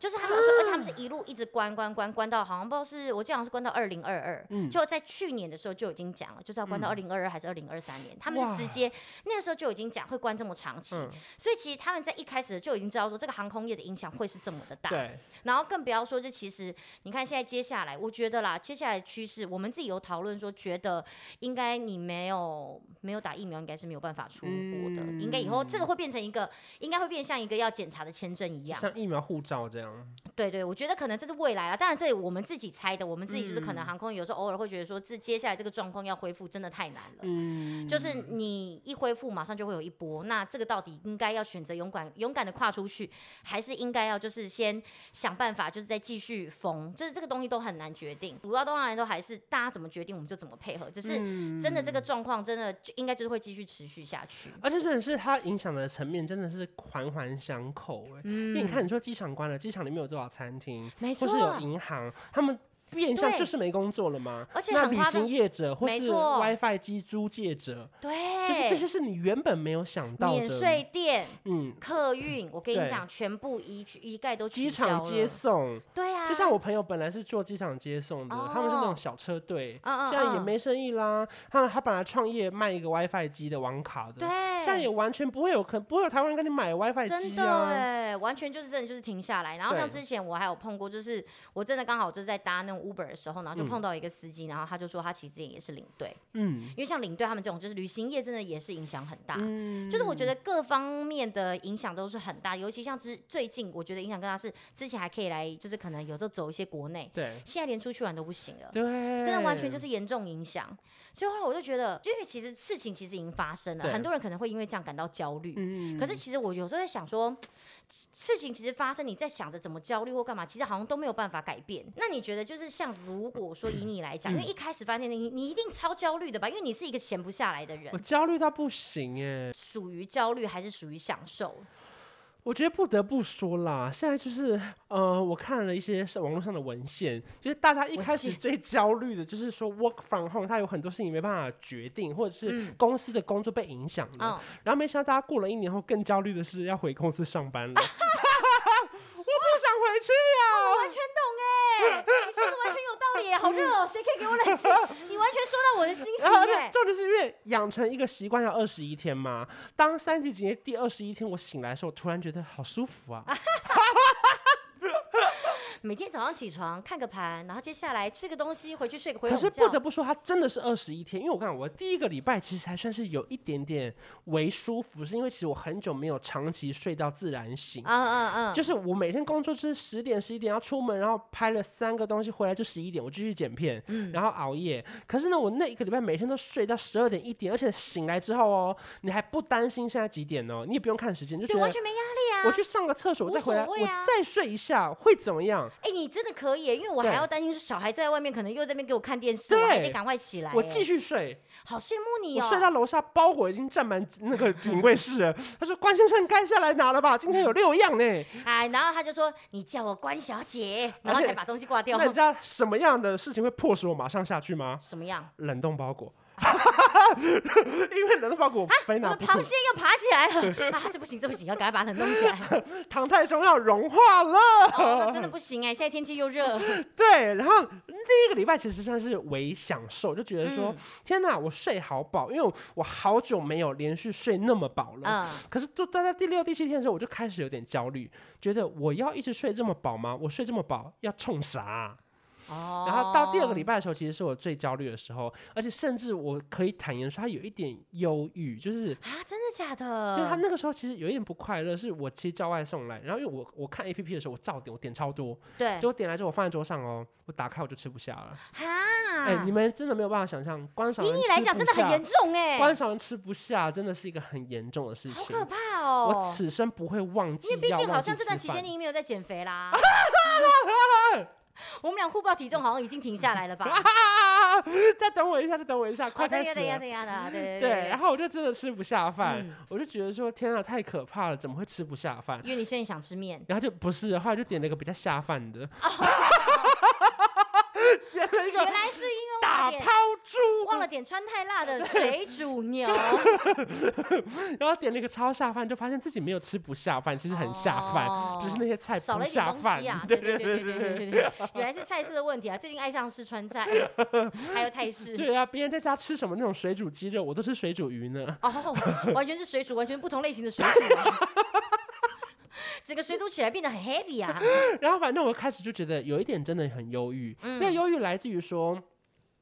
Speaker 2: 就是他们说，
Speaker 3: 啊
Speaker 2: 而且他们是一路一直关关关关到好像不知道是我记得好像是关到二零二二，
Speaker 3: 嗯
Speaker 2: 就在去年的时候就已经讲了，就是要关到二零二二还是二零二三年，他们
Speaker 3: 哇
Speaker 2: 就直接那个时候就已经讲会关这么长期，
Speaker 3: 嗯
Speaker 2: 所以其实他们在一开始就已经知道说这个航空业的影响会是这么的大，
Speaker 3: 对，
Speaker 2: 然后更不要说，就其实你看现在接下来，我觉得啦，接下来的趋势，我们自己有讨论说，觉得应该你没有没有打疫苗，应该是没有办法出国的，
Speaker 3: 嗯
Speaker 2: 应该以后这个会变成一个，应该会变像一个要检查的签证一样。
Speaker 3: 像疫苗护照这样。
Speaker 2: 对对，我觉得可能这是未来啦，当然这我们自己猜的，我们自己就是可
Speaker 3: 嗯
Speaker 2: 能航空有时候偶尔会觉得说，这接下来这个状况要恢复真的太难了。
Speaker 3: 嗯，
Speaker 2: 就是你一恢复，马上就会有一波。那这个到底应该要选择勇敢、勇敢的跨出去，还是应该要就是先想办法，就是再继续封？就是这个东西都很难决定。主要当然都还是大家怎么决定，我们就怎么配合。只是
Speaker 3: 嗯
Speaker 2: 真的这个状况，真的就应该就是会继续持续下去。
Speaker 3: 而且真的是它影响的层面真的是环环相扣哎、因为你看你说机场关了，机场里面有多少餐厅，
Speaker 2: 嗯没
Speaker 3: 或
Speaker 2: 错
Speaker 3: 是有银行，他们变相
Speaker 2: 对
Speaker 3: 就是没工作了嘛。
Speaker 2: 而且
Speaker 3: 那
Speaker 2: 很
Speaker 3: 旅
Speaker 2: 夸张
Speaker 3: 行业者或
Speaker 2: 没
Speaker 3: 是
Speaker 2: 错
Speaker 3: WiFi 机租借者，
Speaker 2: 对，
Speaker 3: 就是这些是你原本没有想到的。
Speaker 2: 免税店、
Speaker 3: 嗯，
Speaker 2: 客运，我跟
Speaker 3: 对
Speaker 2: 你讲，全部一去一概都
Speaker 3: 机
Speaker 2: 取消
Speaker 3: 场接
Speaker 2: 了。
Speaker 3: 送，
Speaker 2: 对啊，
Speaker 3: 就像我朋友本来是做机场接送的，他们是那种
Speaker 2: 哦
Speaker 3: 小车队，
Speaker 2: 嗯嗯
Speaker 3: 现在也
Speaker 2: 嗯
Speaker 3: 没生意啦。他他本来创业卖一个 WiFi 机的网卡的，
Speaker 2: 对，
Speaker 3: 现在也完全不会有可不会有台湾人跟你买 WiFi
Speaker 2: 真
Speaker 3: 机
Speaker 2: 的
Speaker 3: 啊。
Speaker 2: 哎、完全就是真的就是停下来。然后像
Speaker 3: 对
Speaker 2: 之前我还有碰过，就是我真的刚好就是在搭那种 Uber 的时候，然后
Speaker 3: 嗯
Speaker 2: 就碰到一个司机，然后他就说他其实也是领队，
Speaker 3: 嗯
Speaker 2: 因为像领队他们这种就是旅行业真的也是影响很大。
Speaker 3: 嗯，
Speaker 2: 就是我觉得各方面的影响都是很大，尤其像之最近，我觉得影响更大是之前还可以来，就是可能有时候走一些国内，
Speaker 3: 对
Speaker 2: 现在连出去玩都不行了。
Speaker 3: 对，
Speaker 2: 真
Speaker 3: 真
Speaker 2: 的完全就是严重影响。所以后来我就觉得，就因为其实事情其实已经发生了，
Speaker 3: 对
Speaker 2: 很多人可能会因为这样感到焦虑。
Speaker 3: 嗯
Speaker 2: 可是其实我有时候在想说，事情其实发生，你在想着怎么焦虑或干嘛，其实好像都没有办法改变。那你觉得就是像如果说以你来讲，
Speaker 3: 嗯
Speaker 2: 因为一开始发现你你一定超焦虑的吧，因为你是一个闲不下来的人
Speaker 3: 我，焦虑到不行哎。
Speaker 2: 属于焦虑还是属于享受？
Speaker 3: 我觉得不得不说啦，现在就是呃，我看了一些是网络上的文献，就是大家一
Speaker 2: 文
Speaker 3: 开始
Speaker 2: 献
Speaker 3: 最焦虑的就是说 work from home，它有很多事情没办法决定，或者是公司的工作被影响了。
Speaker 2: 嗯，
Speaker 3: 然后没想到大家过了一年后，更焦虑的是要回公司上班了。我不想回去啊
Speaker 2: 我
Speaker 3: 呀、
Speaker 2: 完全懂哎、你说的完全有道理、好热哦，谁可以给我冷气？你完全说到我的 心情
Speaker 3: 然后
Speaker 2: 哎、
Speaker 3: 呢，重点是因为养成一个习惯要二十一天嘛。当三级警戒第二十一天我醒来的时候，我突然觉得好舒服啊！
Speaker 2: 每天早上起床看个盘，然后接下来吃个东西，回去睡个回
Speaker 3: 可
Speaker 2: 笼觉。
Speaker 3: 是不得不说，它真的是二十一天，因为我看我第一个礼拜其实还算是有一点点微舒服，是因为其实我很久没有长期睡到自然醒。
Speaker 2: 嗯嗯嗯，
Speaker 3: 就是我每天工作就是十点十一点要出门，然后拍了三个东西回来就十一点，我继续剪片，然后熬夜。可是呢，我那一个礼拜每天都睡到十二点一点，而且醒来之后哦，你还不担心现在几点哦，你也不用看时间，就觉
Speaker 2: 对，完
Speaker 3: 得
Speaker 2: 全没压力啊。
Speaker 3: 我去上个厕所
Speaker 2: 无
Speaker 3: 我再回来，
Speaker 2: 所谓
Speaker 3: 我
Speaker 2: 啊
Speaker 3: 再睡一下会怎么样？
Speaker 2: 哎、你真的可以耶、因为我还
Speaker 3: 对
Speaker 2: 要担心是小孩在外面，可能又在那边给我看电视，我还得
Speaker 3: 对
Speaker 2: 赶快起来耶、
Speaker 3: 我继续睡，
Speaker 2: 好羡慕你
Speaker 3: 我
Speaker 2: 哦、
Speaker 3: 睡到楼下包裹已经占满那个警卫室了。他说：“关先生该下来拿了吧，今天有六样呢。”
Speaker 2: 哎，然后他就说你叫我关小姐，然后才把东西挂掉
Speaker 3: 那。你知道什么样的事情会迫使我马上下去吗？
Speaker 2: 什么样？
Speaker 3: 冷冻 包裹，因为冷冻包裹我非
Speaker 2: 啊我的
Speaker 3: 常不
Speaker 2: 螃
Speaker 3: 酷，
Speaker 2: 蟹又爬起来了 啊！这不行，这不行，要赶快把它弄起来。 哦，
Speaker 3: 唐太宗要融化了。
Speaker 2: 那真的不行哎、现在天气又热。
Speaker 3: 对，然后那一个礼拜其实算是微享受，就觉得说、
Speaker 2: 嗯
Speaker 3: 天哪，我睡好饱，因为我好久没有连续睡那么饱了。
Speaker 2: 嗯，
Speaker 3: 可是就待在第六、第七天的时候，我就开始有点焦虑，觉得我要一直睡这么饱吗？我睡这么饱要冲啥啊、
Speaker 2: 哦。
Speaker 3: 然后到第二个礼拜的时候，其实是我最焦虑的时候，而且甚至我可以坦言说，他有一点忧郁，就是
Speaker 2: 啊，真的假的？
Speaker 3: 就是他那个时候其实有一点不快乐，是我其实叫外送来，然后因为我我看 A P P 的时候，我照点我点超多，
Speaker 2: 对
Speaker 3: 结果点来之后我放在桌上哦，我打开我就吃不下了。
Speaker 2: 哈，
Speaker 3: 哎、你们真的没有办法想象，观赏
Speaker 2: 啊以
Speaker 3: 人
Speaker 2: 你来
Speaker 3: 吃
Speaker 2: 讲
Speaker 3: 不
Speaker 2: 真的很
Speaker 3: 下
Speaker 2: 严重哎、
Speaker 3: 观赏人吃不下真的是一个很严重的事
Speaker 2: 好
Speaker 3: 情。
Speaker 2: 可怕哦。
Speaker 3: 我此生不会忘记
Speaker 2: 因为毕
Speaker 3: 要
Speaker 2: 竟好
Speaker 3: 忘记
Speaker 2: 像这段
Speaker 3: 吃
Speaker 2: 期间
Speaker 3: 饭
Speaker 2: 你没有在减肥啦。我们俩互报体重好像已经停下来了 吧？
Speaker 3: 啊！ 再等我一下，再等我一下，快
Speaker 2: 啊，
Speaker 3: 开
Speaker 2: 对
Speaker 3: 始
Speaker 2: 呀
Speaker 3: 了
Speaker 2: 对呀对呀的，对
Speaker 3: 对，
Speaker 2: 对。
Speaker 3: 然后我就真的吃不下饭，
Speaker 2: 嗯
Speaker 3: 我就觉得说天啊，太可怕了，怎么会吃不下饭？
Speaker 2: 因为你现在想吃 面，
Speaker 3: 然后就不是，后来就点了一个比较下饭的， 点了一
Speaker 2: 哦原
Speaker 3: 个
Speaker 2: 来是因为忘了
Speaker 3: 打
Speaker 2: 点
Speaker 3: 抛猪，
Speaker 2: 忘了点川太辣的水煮 牛，
Speaker 3: 然后点了一个超下饭，就发现自己没有吃不下饭，其实很下饭，
Speaker 2: 哦
Speaker 3: 只是那些菜
Speaker 2: 少
Speaker 3: 不
Speaker 2: 了一点
Speaker 3: 下
Speaker 2: 东
Speaker 3: 饭。
Speaker 2: 西啊！
Speaker 3: 对
Speaker 2: 对对
Speaker 3: 对
Speaker 2: 对对对对对，原来是菜式的问题啊！最近爱上吃川 菜，还有泰式。
Speaker 3: 对啊，别人在家吃什么那种水煮鸡肉，我都吃水煮鱼呢。
Speaker 2: 哦， 完全是水煮，完全不同类型的水煮啊。 整个水煮起来变得很 heavy 啊！
Speaker 3: 然后反正我开始就觉得有一点真的很忧郁，那
Speaker 2: 嗯
Speaker 3: 个忧郁来自于说。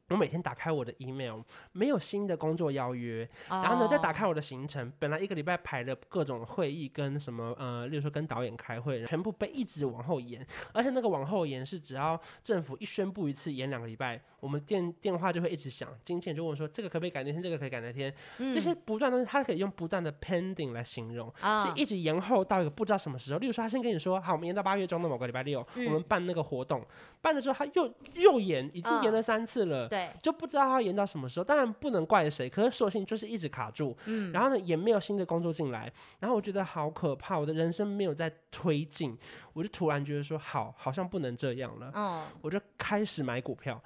Speaker 3: 我每天打开我的 email，没有新的工作邀约， 然后呢，再打
Speaker 2: 哦
Speaker 3: 开我的行程，本来一个礼拜排了各种会议跟什么呃，例如说跟导演开会，全部被一直往后延，而且那个往后延是只要政府一宣布一次延两个礼拜，我们电电话就会一直响，经纪人就问说这个可不可以改那天，这个可以改那天，
Speaker 2: 嗯
Speaker 3: 这些不断的东西，它可以用不断的 pending 来形容，
Speaker 2: 啊
Speaker 3: 是一直延后到一个不知道什么时候。例如说，他先跟你说，好，我们延到八月中的某个礼拜六，我
Speaker 2: 嗯
Speaker 3: 们办那个活动，办了之后他又又延，已经延了三次了。
Speaker 2: 对，
Speaker 3: 就不知道他延到什么时候，当然不能怪谁，可是所有事情就是一直卡住，嗯，然后呢也没有新的工作进来，然后我觉得好可怕，我的人生没有在推进，我就突然觉得说，好，好像不能这样了，
Speaker 2: 嗯，
Speaker 3: 我就开始买股票，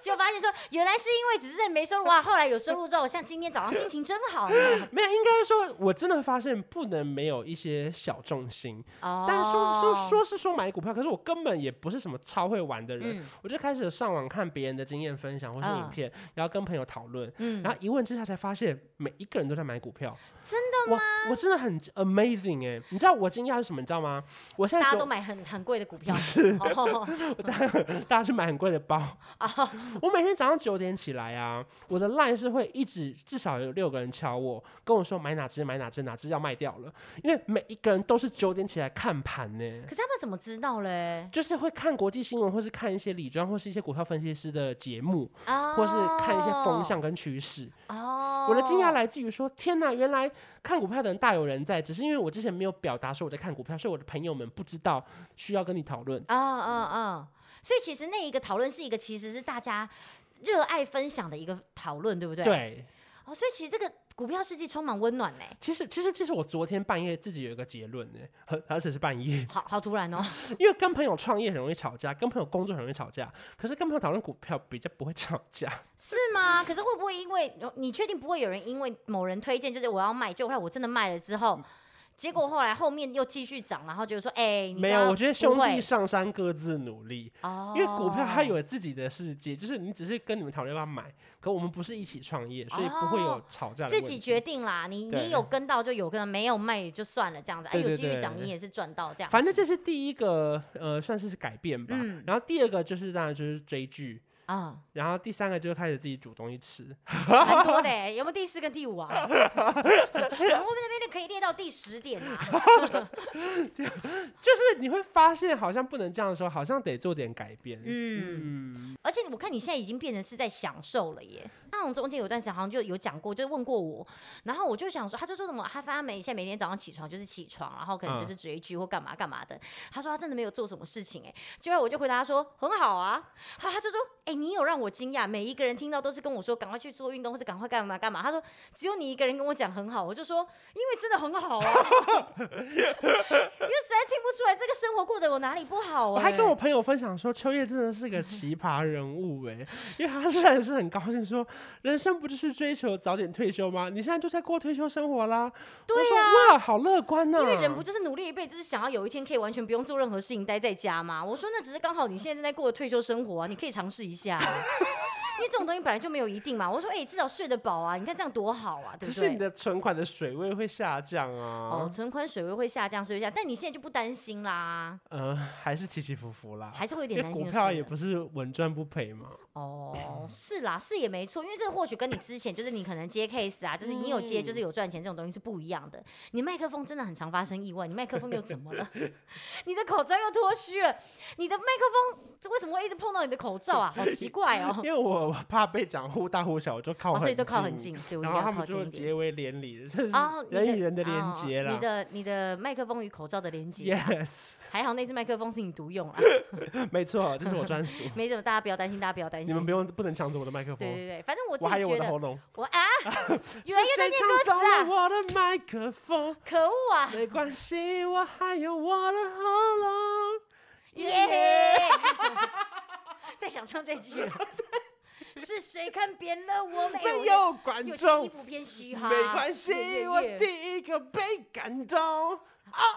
Speaker 2: 就发现说，原来是因为只是在没收 入啊，后来有收入之后，像今天早上心情真好呢。
Speaker 3: 没有，应该说，我真的发现不能没有一些小重心，
Speaker 2: 哦，
Speaker 3: 但是说说说是说买股票，可是我根本也不是什么超会玩的人，
Speaker 2: 嗯
Speaker 3: 我就开始上网看别人的经验分享或是影
Speaker 2: 嗯
Speaker 3: 片，然后跟朋友讨论，
Speaker 2: 嗯
Speaker 3: 然后一问之下才发现每一个人都在买股票，
Speaker 2: 真
Speaker 3: 的吗？我真的很 amazing 哎、你知道我惊讶是什么？你知道吗？我现在
Speaker 2: 大
Speaker 3: 只
Speaker 2: 家都
Speaker 3: 有
Speaker 2: 买很很贵的股 票， 是哦，
Speaker 3: 大家去买很贵的包我每天早上九点起来啊，我的 line 是会一直至少有六个人敲我，跟我说买哪只买哪只哪只要卖掉了，因为每一个人都是九点起来看盘欸呢、
Speaker 2: 可是他们怎么知道嘞？
Speaker 3: 就是会看国际新闻，或是看一些理专，或是一些股票分析师的节目，
Speaker 2: 啊，
Speaker 3: 或是看一些风向跟趋势。
Speaker 2: 哦。
Speaker 3: 我的惊讶来自于说，天哪，原来看股票的人大有人在，只是因为我之前没有表达说我在看股票，所以我的朋友们不知道需要跟你讨论。
Speaker 2: 啊啊啊！所以其实那一个讨论是一个，其实是大家热爱分享的一个讨论，对不对？。
Speaker 3: 对，
Speaker 2: 哦，所以其实这个股票世纪充满温暖呢、欸
Speaker 3: 其实，其实，其实我昨天半夜自己有一个结论呢、很而且是半夜，
Speaker 2: 好好突然哦、
Speaker 3: 因为跟朋友创业很容易吵架，跟朋友工作很容易吵架，可是跟朋友讨论股票比较不会吵架。
Speaker 2: 是吗？可是会不会因为哦你确定不会有人因为某人推荐，就是我要卖，就后来我真的卖了之
Speaker 3: 嗯
Speaker 2: 后，结果后来后面又继续涨，然后就说，哎、你
Speaker 3: 没
Speaker 2: 刚
Speaker 3: 有，
Speaker 2: 刚
Speaker 3: 我觉得
Speaker 2: 不
Speaker 3: 兄弟
Speaker 2: 会
Speaker 3: 上山各自努力，
Speaker 2: 哦，
Speaker 3: 因为股票它有自己的世界，就是你只是跟你们讨论要不要买，可我们不是一起创业，所以不会有
Speaker 2: 哦
Speaker 3: 吵架的
Speaker 2: 自
Speaker 3: 问
Speaker 2: 己
Speaker 3: 题。
Speaker 2: 决定啦，你
Speaker 3: 对
Speaker 2: 你有跟到就有跟，没有卖也就算了，这样子，哎，
Speaker 3: 对
Speaker 2: 有
Speaker 3: 对
Speaker 2: 继续
Speaker 3: 对
Speaker 2: 涨你也是赚到这样子。
Speaker 3: 反正这是第一个呃，算是改变吧。
Speaker 2: 嗯
Speaker 3: 然后第二个就是当然就是追剧，
Speaker 2: 啊，
Speaker 3: 然后第三个就是开始自己煮东西吃。
Speaker 2: 蛮多的欸，有没有第四跟第五 啊？我们那边就可以列到第十点啊。
Speaker 3: 就是你会发现，好像不能这样说，好像得做点改变。
Speaker 2: 嗯，
Speaker 3: 嗯，
Speaker 2: 而且我看你现在已经变成是在享受了耶。那我们中间有段时间好像就有讲过，就问过我，然后我就想说，他就说什么，他发现他每现在每天早上起床就是起床，然后可
Speaker 3: 嗯
Speaker 2: 能就是追剧或干嘛干嘛的。他说他真的没有做什么事情哎，结果我就回答他说很好啊，他他就说哎、你有让我惊讶，每一个人听到都是跟我说赶快去做运动或者赶快干嘛干嘛，他说只有你一个人跟我讲很好，我就说因为真的很好啊，因为实 在听不出来这个生活过得我哪里不好、
Speaker 3: 我
Speaker 2: 哎。
Speaker 3: 还跟我朋友分享说，秋叶真的是 个奇葩人物哎、因为他虽然是很高兴说，人生不就是追求早点退休吗？你现在就在过退休生活啦。
Speaker 2: 对
Speaker 3: 呀、哇，好乐观呐、
Speaker 2: 因为人不就是努力一辈子，就是想要有一天可以完全不用做任何事情，待在家吗？我说那只是刚好你现在正在过的退休生活啊，你可以尝试一下、啊。因为这种东西本来就没有一定嘛。我说，哎、至少睡得饱啊，你看这样多好啊，对
Speaker 3: 可
Speaker 2: 不
Speaker 3: 是你
Speaker 2: 对？
Speaker 3: 的存款的水位会下降啊。
Speaker 2: 哦，存款水位会下降，所以下，但你现在就不担心啦，
Speaker 3: 呃，还是起起伏伏啦。
Speaker 2: 还是会有
Speaker 3: 因
Speaker 2: 点
Speaker 3: 为
Speaker 2: 担心
Speaker 3: 股
Speaker 2: 的
Speaker 3: 票
Speaker 2: 事
Speaker 3: 也不是稳赚不赔嘛。
Speaker 2: 哦，是啦，是也没错，因为这个或许跟你之前就是你可能接 case 啊，就是你有接
Speaker 3: 嗯
Speaker 2: 就是有赚钱这种东西是不一样的。你麦克风真的很常发生意外，你麦克风又怎么了？ 你的口罩又脱虚了，你的麦克风为什么会一直碰到你的口罩啊？好奇怪哦
Speaker 3: 因。为我怕被讲忽大忽小，我就靠
Speaker 2: 哦，
Speaker 3: 很近，
Speaker 2: 所以都靠很近，所以我一
Speaker 3: 然
Speaker 2: 定
Speaker 3: 后
Speaker 2: 要
Speaker 3: 他
Speaker 2: 靠
Speaker 3: 们
Speaker 2: 近
Speaker 3: 就
Speaker 2: 一点。
Speaker 3: 结为连理，这是
Speaker 2: 哦，你
Speaker 3: 人与人的连
Speaker 2: 哦
Speaker 3: 接啦。
Speaker 2: 你的你的麦克风与口罩的连接啊，
Speaker 3: Yes，
Speaker 2: 还好那只麦克风是你独 用啊，，
Speaker 3: 没错，这是我专属
Speaker 2: 没什么，大家不要担心，大家不要担
Speaker 3: 你们
Speaker 2: 心
Speaker 3: 不。用不能抢走我的麦克
Speaker 2: 对
Speaker 3: 风，
Speaker 2: 对对，反正我自
Speaker 3: 我还
Speaker 2: 己
Speaker 3: 有我
Speaker 2: 觉
Speaker 3: 的
Speaker 2: 得
Speaker 3: 喉咙。
Speaker 2: 我啊，越来越
Speaker 3: 是谁
Speaker 2: 在念歌
Speaker 3: 抢
Speaker 2: 词
Speaker 3: 走了
Speaker 2: 啊，
Speaker 3: 我的麦克 风？
Speaker 2: 可恶 啊！
Speaker 3: 没关系，我还有我的喉咙。
Speaker 2: 耶！在想唱这句了。 是谁看扁了哎我没
Speaker 3: 没
Speaker 2: 有？
Speaker 3: 有观
Speaker 2: 有
Speaker 3: 众
Speaker 2: 衣，服偏虚哈，
Speaker 3: 没关
Speaker 2: 耶
Speaker 3: 系，
Speaker 2: 耶
Speaker 3: 我
Speaker 2: 耶
Speaker 3: 第一个被感动。哦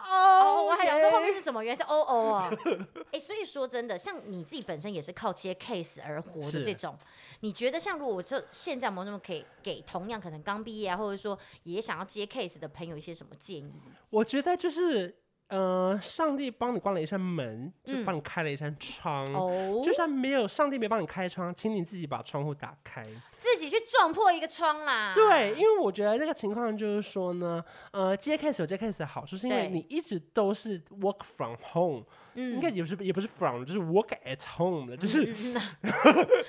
Speaker 2: 哦，
Speaker 3: 哦，
Speaker 2: 我还想说后面
Speaker 3: 耶
Speaker 2: 是什么，原来是哦哦啊。 哎，所以说真的，像你自己本身也是靠接 case 而活的
Speaker 3: 是
Speaker 2: 这种，你觉得像如果我这现在有没有那么可以给同样可能刚毕业啊，或者说也想要接 case 的朋友一些什么建议？
Speaker 3: 我觉得就是，呃，上帝帮你关了一扇门，就
Speaker 2: 嗯
Speaker 3: 帮你开了一扇窗。
Speaker 2: 哦
Speaker 3: 就，算没有上帝没帮你开窗，请你自己把窗户打开。
Speaker 2: 自己去撞破一个窗啦。
Speaker 3: 对，因为我觉得这个情况就是说呢，呃，接 case 有接 case 的好处，是因为
Speaker 2: 对
Speaker 3: 你一直都是 work from home，、
Speaker 2: 嗯
Speaker 3: 应该也不是也不是 from，就是 work at home 的，就是，
Speaker 2: 嗯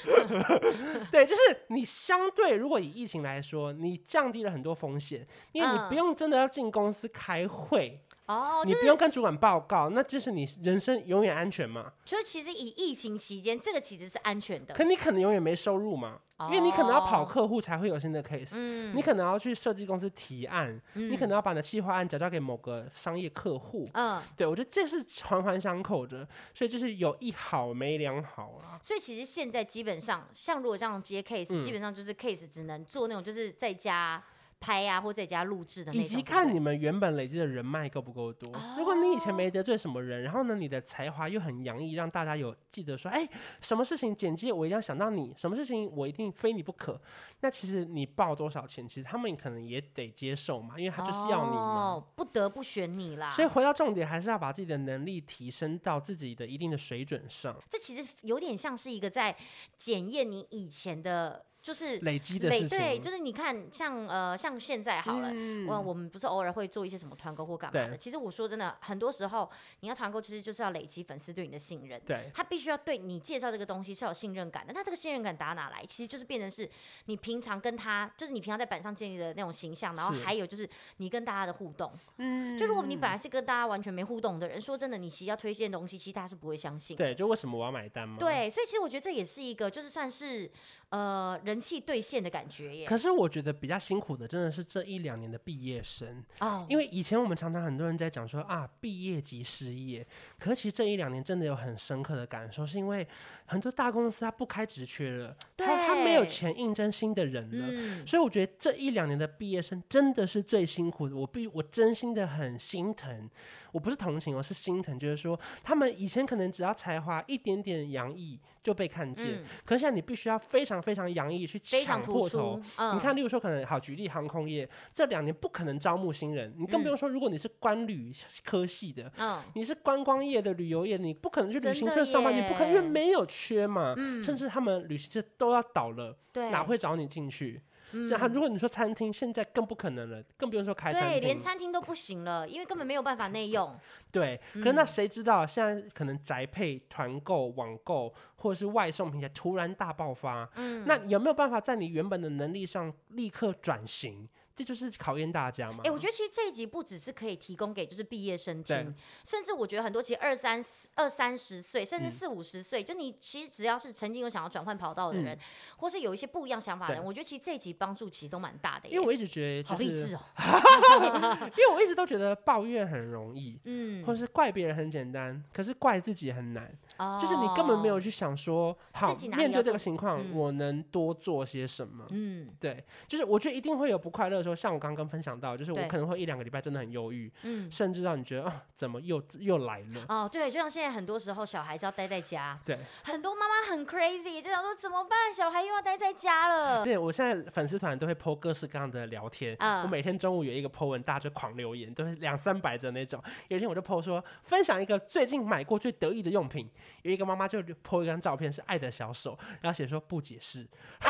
Speaker 3: 对，就是你相对如果以疫情来说，你降低了很多风险，因为你
Speaker 2: 嗯
Speaker 3: 不用真的要进公司开会，
Speaker 2: 哦，
Speaker 3: 你
Speaker 2: 就
Speaker 3: 不
Speaker 2: 是
Speaker 3: 用跟主管报告，那就是你人生永远安全嘛。
Speaker 2: 就是其实以疫情期间，这个其实是安全的
Speaker 3: 可。你可能永远没收入嘛，因为你可能要跑客户才会有新的 case，、
Speaker 2: 哦嗯
Speaker 3: 你可能要去设计公司提案，你可
Speaker 2: 嗯
Speaker 3: 能要把你的企划案转交给某个商业客户。
Speaker 2: 嗯，
Speaker 3: 对，我觉得这是环环相扣的，所以就是有一好没两好啊啦。
Speaker 2: 所以其实现在基本上，像如果这样接 case，、
Speaker 3: 嗯
Speaker 2: 基本上就是 case 只能做那种就是在家拍啊，或在家录制的那
Speaker 3: 以
Speaker 2: 种。
Speaker 3: 及
Speaker 2: 对不
Speaker 3: 看
Speaker 2: 对
Speaker 3: 你们原本累积的人脉够不够多。如果你以前没得罪什么人，然后呢，你的才华又很洋溢，让大家有记得说，哎，什么事情简介我一定要想到你，什么事情我一定非你不可。那其实你报多少钱，其实他们可能也得接受嘛，因为他就是要你嘛。
Speaker 2: 哦，啊不得不选你啦。
Speaker 3: 所以回到重点，还是要把自己的能力提升到自己的一定的水准上，
Speaker 2: 这其实有点像是一个在检验你以前的，就是
Speaker 3: 累积的事情。嗯
Speaker 2: 对，就是你看，像呃，像现在好了，我我们不是偶尔会做一些什么团购或干嘛的。
Speaker 3: 对
Speaker 2: 其实我说真的，很多时候你要团购，其实就是要累积粉丝对你的信任。
Speaker 3: 对
Speaker 2: 他必须要对你介绍这个东西是有信任感的。那这个信任感打哪来？其实就是变成是你平常跟他，就是你平常在板上建立的那种形象，然后
Speaker 3: 是
Speaker 2: 还有就是你跟大家的互动。嗯，就如果你本来是跟大家完全没互动的人，说真的，你其实要推荐东西，其实大家是不会相信。
Speaker 3: 对，就为什么我要买单嘛？
Speaker 2: 对，所以其实我觉得这也是一个，就是算是呃人人气兑现的感觉耶。
Speaker 3: 可是我觉得比较辛苦的真的是这一两年的毕业生，
Speaker 2: 哦，
Speaker 3: 因为以前我们常常很多人在讲说啊，毕业即失业，可是其实这一两年真的有很深刻的感受，是因为很多大公司它不开职缺了，它它没有
Speaker 2: 对
Speaker 3: 钱应征新的人了。
Speaker 2: 嗯，
Speaker 3: 所以我觉得这一两年的毕业生真的是最辛苦的，我必我真心的很心疼，我不是同情哦，是心疼，就是说他们以前可能只要才华一点点洋溢就被看见，
Speaker 2: 嗯
Speaker 3: 可是现在你必须要非常非常洋溢去
Speaker 2: 非常
Speaker 3: 抢
Speaker 2: 突
Speaker 3: 破
Speaker 2: 出
Speaker 3: 头。。
Speaker 2: 嗯，
Speaker 3: 你看，例如说，可能好举例航空业这两年不可能招募新人，你更不用说，如果你是官旅科系的，
Speaker 2: 嗯，
Speaker 3: 你是观光业的旅游业，你不可能去旅
Speaker 2: 真
Speaker 3: 行
Speaker 2: 的
Speaker 3: 社上班，你不可能，因为
Speaker 2: 耶
Speaker 3: 没有缺嘛，
Speaker 2: 嗯
Speaker 3: 甚至他们旅行社都要倒了，
Speaker 2: 对，
Speaker 3: 哪会找你进去？
Speaker 2: 嗯？
Speaker 3: 是啊，如果你说餐厅，现在更不可能了，更不用说开餐
Speaker 2: 对，
Speaker 3: 厅。
Speaker 2: 连餐厅都不行了，因为根本没有办法内用。
Speaker 3: 对可
Speaker 2: 嗯
Speaker 3: 是那谁知道现在可能宅配、团购、网购或者是外送平台突然大爆发，
Speaker 2: 嗯，
Speaker 3: 那有没有办法在你原本的能力上立刻转型？这就是考验大家嘛。
Speaker 2: 哎、我觉得其实这一集不只是可以提供给就是毕业生
Speaker 3: 对
Speaker 2: 听，甚至我觉得很多其实二三十二三十岁，甚至
Speaker 3: 嗯
Speaker 2: 四五十岁，就你其实只要是曾经有想要转换跑道的人，或是有一些不一样想法的人，
Speaker 3: 嗯对
Speaker 2: 我觉得其实这一集帮助其实都蛮大的耶，
Speaker 3: 因为我一直觉得、
Speaker 2: 好
Speaker 3: 就是，
Speaker 2: 励志哦，啊
Speaker 3: 因为我一直都觉得抱怨很容易，
Speaker 2: 嗯，
Speaker 3: 或是怪别人很简单，可是怪自己很难。
Speaker 2: 哦
Speaker 3: 就是你根本没有，去想说，好
Speaker 2: 自己哪里
Speaker 3: 面
Speaker 2: 要
Speaker 3: 对这
Speaker 2: 做
Speaker 3: 个情况，
Speaker 2: 嗯
Speaker 3: 我能多做些什么？
Speaker 2: 嗯
Speaker 3: 对，就是我觉得一定会有不快乐的时候，像我刚刚分享到，就是
Speaker 2: 对
Speaker 3: 我可能会一两个礼拜真的很忧郁，
Speaker 2: 嗯，
Speaker 3: 甚至让你觉得啊，怎么又又来了？
Speaker 2: 哦，对，就像现在很多时候小孩子要待在家，
Speaker 3: 对，
Speaker 2: 很多妈妈很 crazy，就想说怎么办，小孩又要待在家了，
Speaker 3: 对我现在粉丝团都会 po 各式各样的聊天，
Speaker 2: 啊
Speaker 3: 我每天中午有一个 po 文，大家就狂留言，都是两三百的那种。 有一天我就 po 说，分享一个最近买过最得意的用品，有一个妈妈就 po 一张照片是爱的小手，然后写说不解释，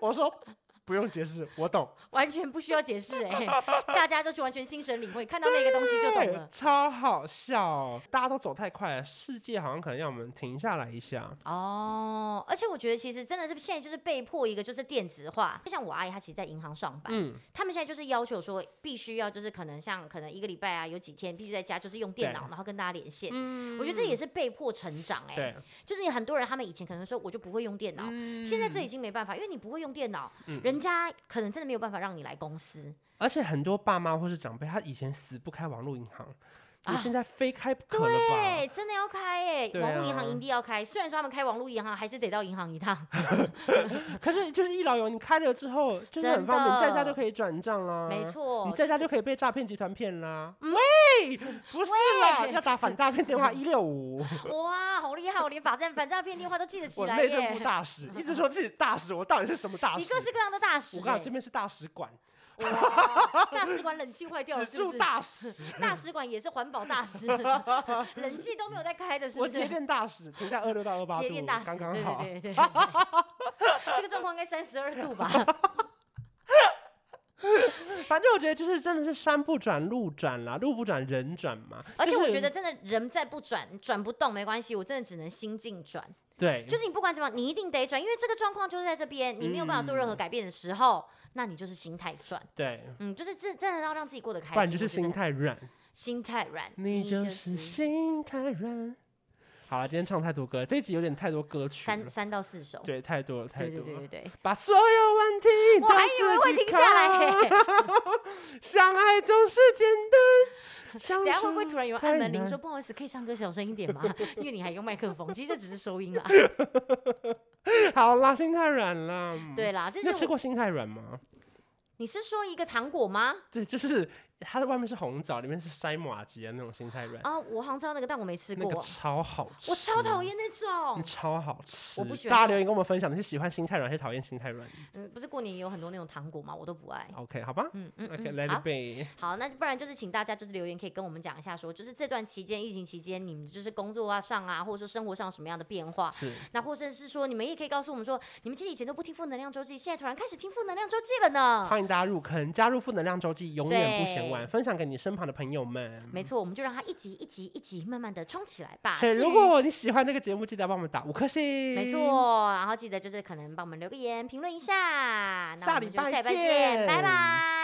Speaker 3: 我说不用解释，我懂。
Speaker 2: 完全不需要解释哎、 大家都去完全心神领会，看到那个东西就懂
Speaker 3: 对
Speaker 2: 了。
Speaker 3: 超好笑哦、大家都走太快了，世界好像可能让我们停下来一下。
Speaker 2: 哦，而且我觉得其实真的是现在就是被迫一个就是电子化，就像我阿姨她其实在银行上班，
Speaker 3: 嗯，
Speaker 2: 他们现在就是要求说必须要就是可能像可能一个礼拜啊有几天必须在家就是用电脑，
Speaker 3: 对嗯
Speaker 2: 然后跟大家连线。我觉得这也是被迫成长哎、
Speaker 3: 对，嗯
Speaker 2: 就是很多人他们以前可能说我就不会用电脑，现在这已经没办法，因为你不会用电脑，人家可能真的没有办法让你来公司。
Speaker 3: 而且很多爸妈或是长辈，他以前死不开网络银行，
Speaker 2: 啊
Speaker 3: 你现在非开不可了吧？
Speaker 2: 对，真的要开哎、
Speaker 3: 啊对啊
Speaker 2: 网络银行一定要开。虽然说他们开网络银行还是得到银行一趟，
Speaker 3: 可是就是一劳永逸，你开了之后就是很方便，
Speaker 2: 真的
Speaker 3: 在家就可以转账啦。
Speaker 2: 没。错
Speaker 3: 嗯你，在家就可以被诈骗集团骗啦！
Speaker 2: 嗯
Speaker 3: 喂，不是啦，
Speaker 2: 喂
Speaker 3: 要打反诈 骗电话一六五。
Speaker 2: 哇，好厉害！我连法战反诈骗电话都记得起
Speaker 3: 我
Speaker 2: 来
Speaker 3: 内政部
Speaker 2: 耶。
Speaker 3: 大使一 直说自己大使，我到底是什么大
Speaker 2: 你哎
Speaker 3: 使
Speaker 2: 各？式各样的大使
Speaker 3: 我
Speaker 2: 耶，
Speaker 3: 告诉你，这边是大 使馆，
Speaker 2: 哇大使馆冷气坏掉
Speaker 3: 只
Speaker 2: 了，是不
Speaker 3: 驻
Speaker 2: 是？
Speaker 3: 大使。
Speaker 2: 大使馆也是环保大 使，冷气都没有在开的，是
Speaker 3: 我
Speaker 2: 不是？
Speaker 3: 节电大使停在二六到二八度
Speaker 2: 节电大，使，
Speaker 3: 刚刚好。
Speaker 2: 对对对对对， 这个状况应该三十二度 吧？
Speaker 3: 反正我觉得就是真的是山不转路转啦，路不转人转嘛。
Speaker 2: 而且
Speaker 3: 就是
Speaker 2: 我觉得真的人在不转，转不动没关系，我真的只能心境转。
Speaker 3: 对，
Speaker 2: 就是你不管怎么样，你一定得转，因为这个状况就是在这边，你没有办法做
Speaker 3: 嗯
Speaker 2: 任何改变的时候，那你就是心态转。
Speaker 3: 对，
Speaker 2: 嗯，就是真真的要让自己过得开心，
Speaker 3: 不然就
Speaker 2: 我
Speaker 3: 是
Speaker 2: 觉得
Speaker 3: 心态软，
Speaker 2: 心态软，
Speaker 3: 你就
Speaker 2: 就是
Speaker 3: 心态软。好了，今天唱太多歌，这一集有点太多歌曲
Speaker 2: 三
Speaker 3: 了，
Speaker 2: 三到四首，
Speaker 3: 对，太多了，太
Speaker 2: 对对
Speaker 3: 多
Speaker 2: 对
Speaker 3: 了
Speaker 2: 对。 对，
Speaker 3: 把所有问题
Speaker 2: 我
Speaker 3: 都
Speaker 2: 还以为会
Speaker 3: 自己
Speaker 2: 停下来、
Speaker 3: 扛
Speaker 2: 欸，
Speaker 3: 相爱总是简单。相
Speaker 2: 等下会不会
Speaker 3: 处
Speaker 2: 突然有人按
Speaker 3: 太
Speaker 2: 门铃
Speaker 3: 难
Speaker 2: 说不好意思，可以唱歌小声一点 吗？因为你还用麦克风，其实这只是收音啦。啊
Speaker 3: 嗯好啦，心太软啦。
Speaker 2: 对，啦，就
Speaker 3: 那
Speaker 2: 是
Speaker 3: 吃
Speaker 2: 我
Speaker 3: 过心太软吗？
Speaker 2: 你是说一个糖果吗？
Speaker 3: 对，就是它的外面是红枣，里面是筛马吉的那种心太软。
Speaker 2: 啊，我好像知道那个，但我没吃
Speaker 3: 那
Speaker 2: 过
Speaker 3: 个，超好吃，
Speaker 2: 我超讨，厌那种
Speaker 3: 你。超好吃，
Speaker 2: 我不喜欢
Speaker 3: 大
Speaker 2: 那
Speaker 3: 家
Speaker 2: 种
Speaker 3: 留言跟我们分享，你是喜欢心太软还是讨厌心太软
Speaker 2: 嗯，不是过年也有很多那种糖果吗？我都不爱。
Speaker 3: ？OK，好吧
Speaker 2: 嗯嗯嗯，
Speaker 3: ，OK，Let
Speaker 2: 好
Speaker 3: it be。
Speaker 2: 好，那不然就是请大家就是留言可以跟我们讲一下说，就是这段期间疫情期间，你们就是工作啊上啊，或者说生活上有什么样的变化？
Speaker 3: 是，
Speaker 2: 那或者是说，你们也可以告诉我们说，你们其实以前都不听负能量周记，现在突然开始听负能量周记了呢。
Speaker 3: 欢迎大家入坑，加入负能量周记，永远不嫌
Speaker 2: 对嗯
Speaker 3: 晚，分享给你身旁的朋友们。
Speaker 2: 没错，我们就让它一集一集一集慢慢的冲起来吧。
Speaker 3: 所以
Speaker 2: 至于
Speaker 3: 如果你喜欢这个节目，记得要帮我们打五颗星。
Speaker 2: 没，错，然后记得就是可能帮我们留个言、评论一下。那
Speaker 3: 下
Speaker 2: 我
Speaker 3: 礼
Speaker 2: 们就
Speaker 3: 拜
Speaker 2: 下礼拜
Speaker 3: 见
Speaker 2: 见，拜拜。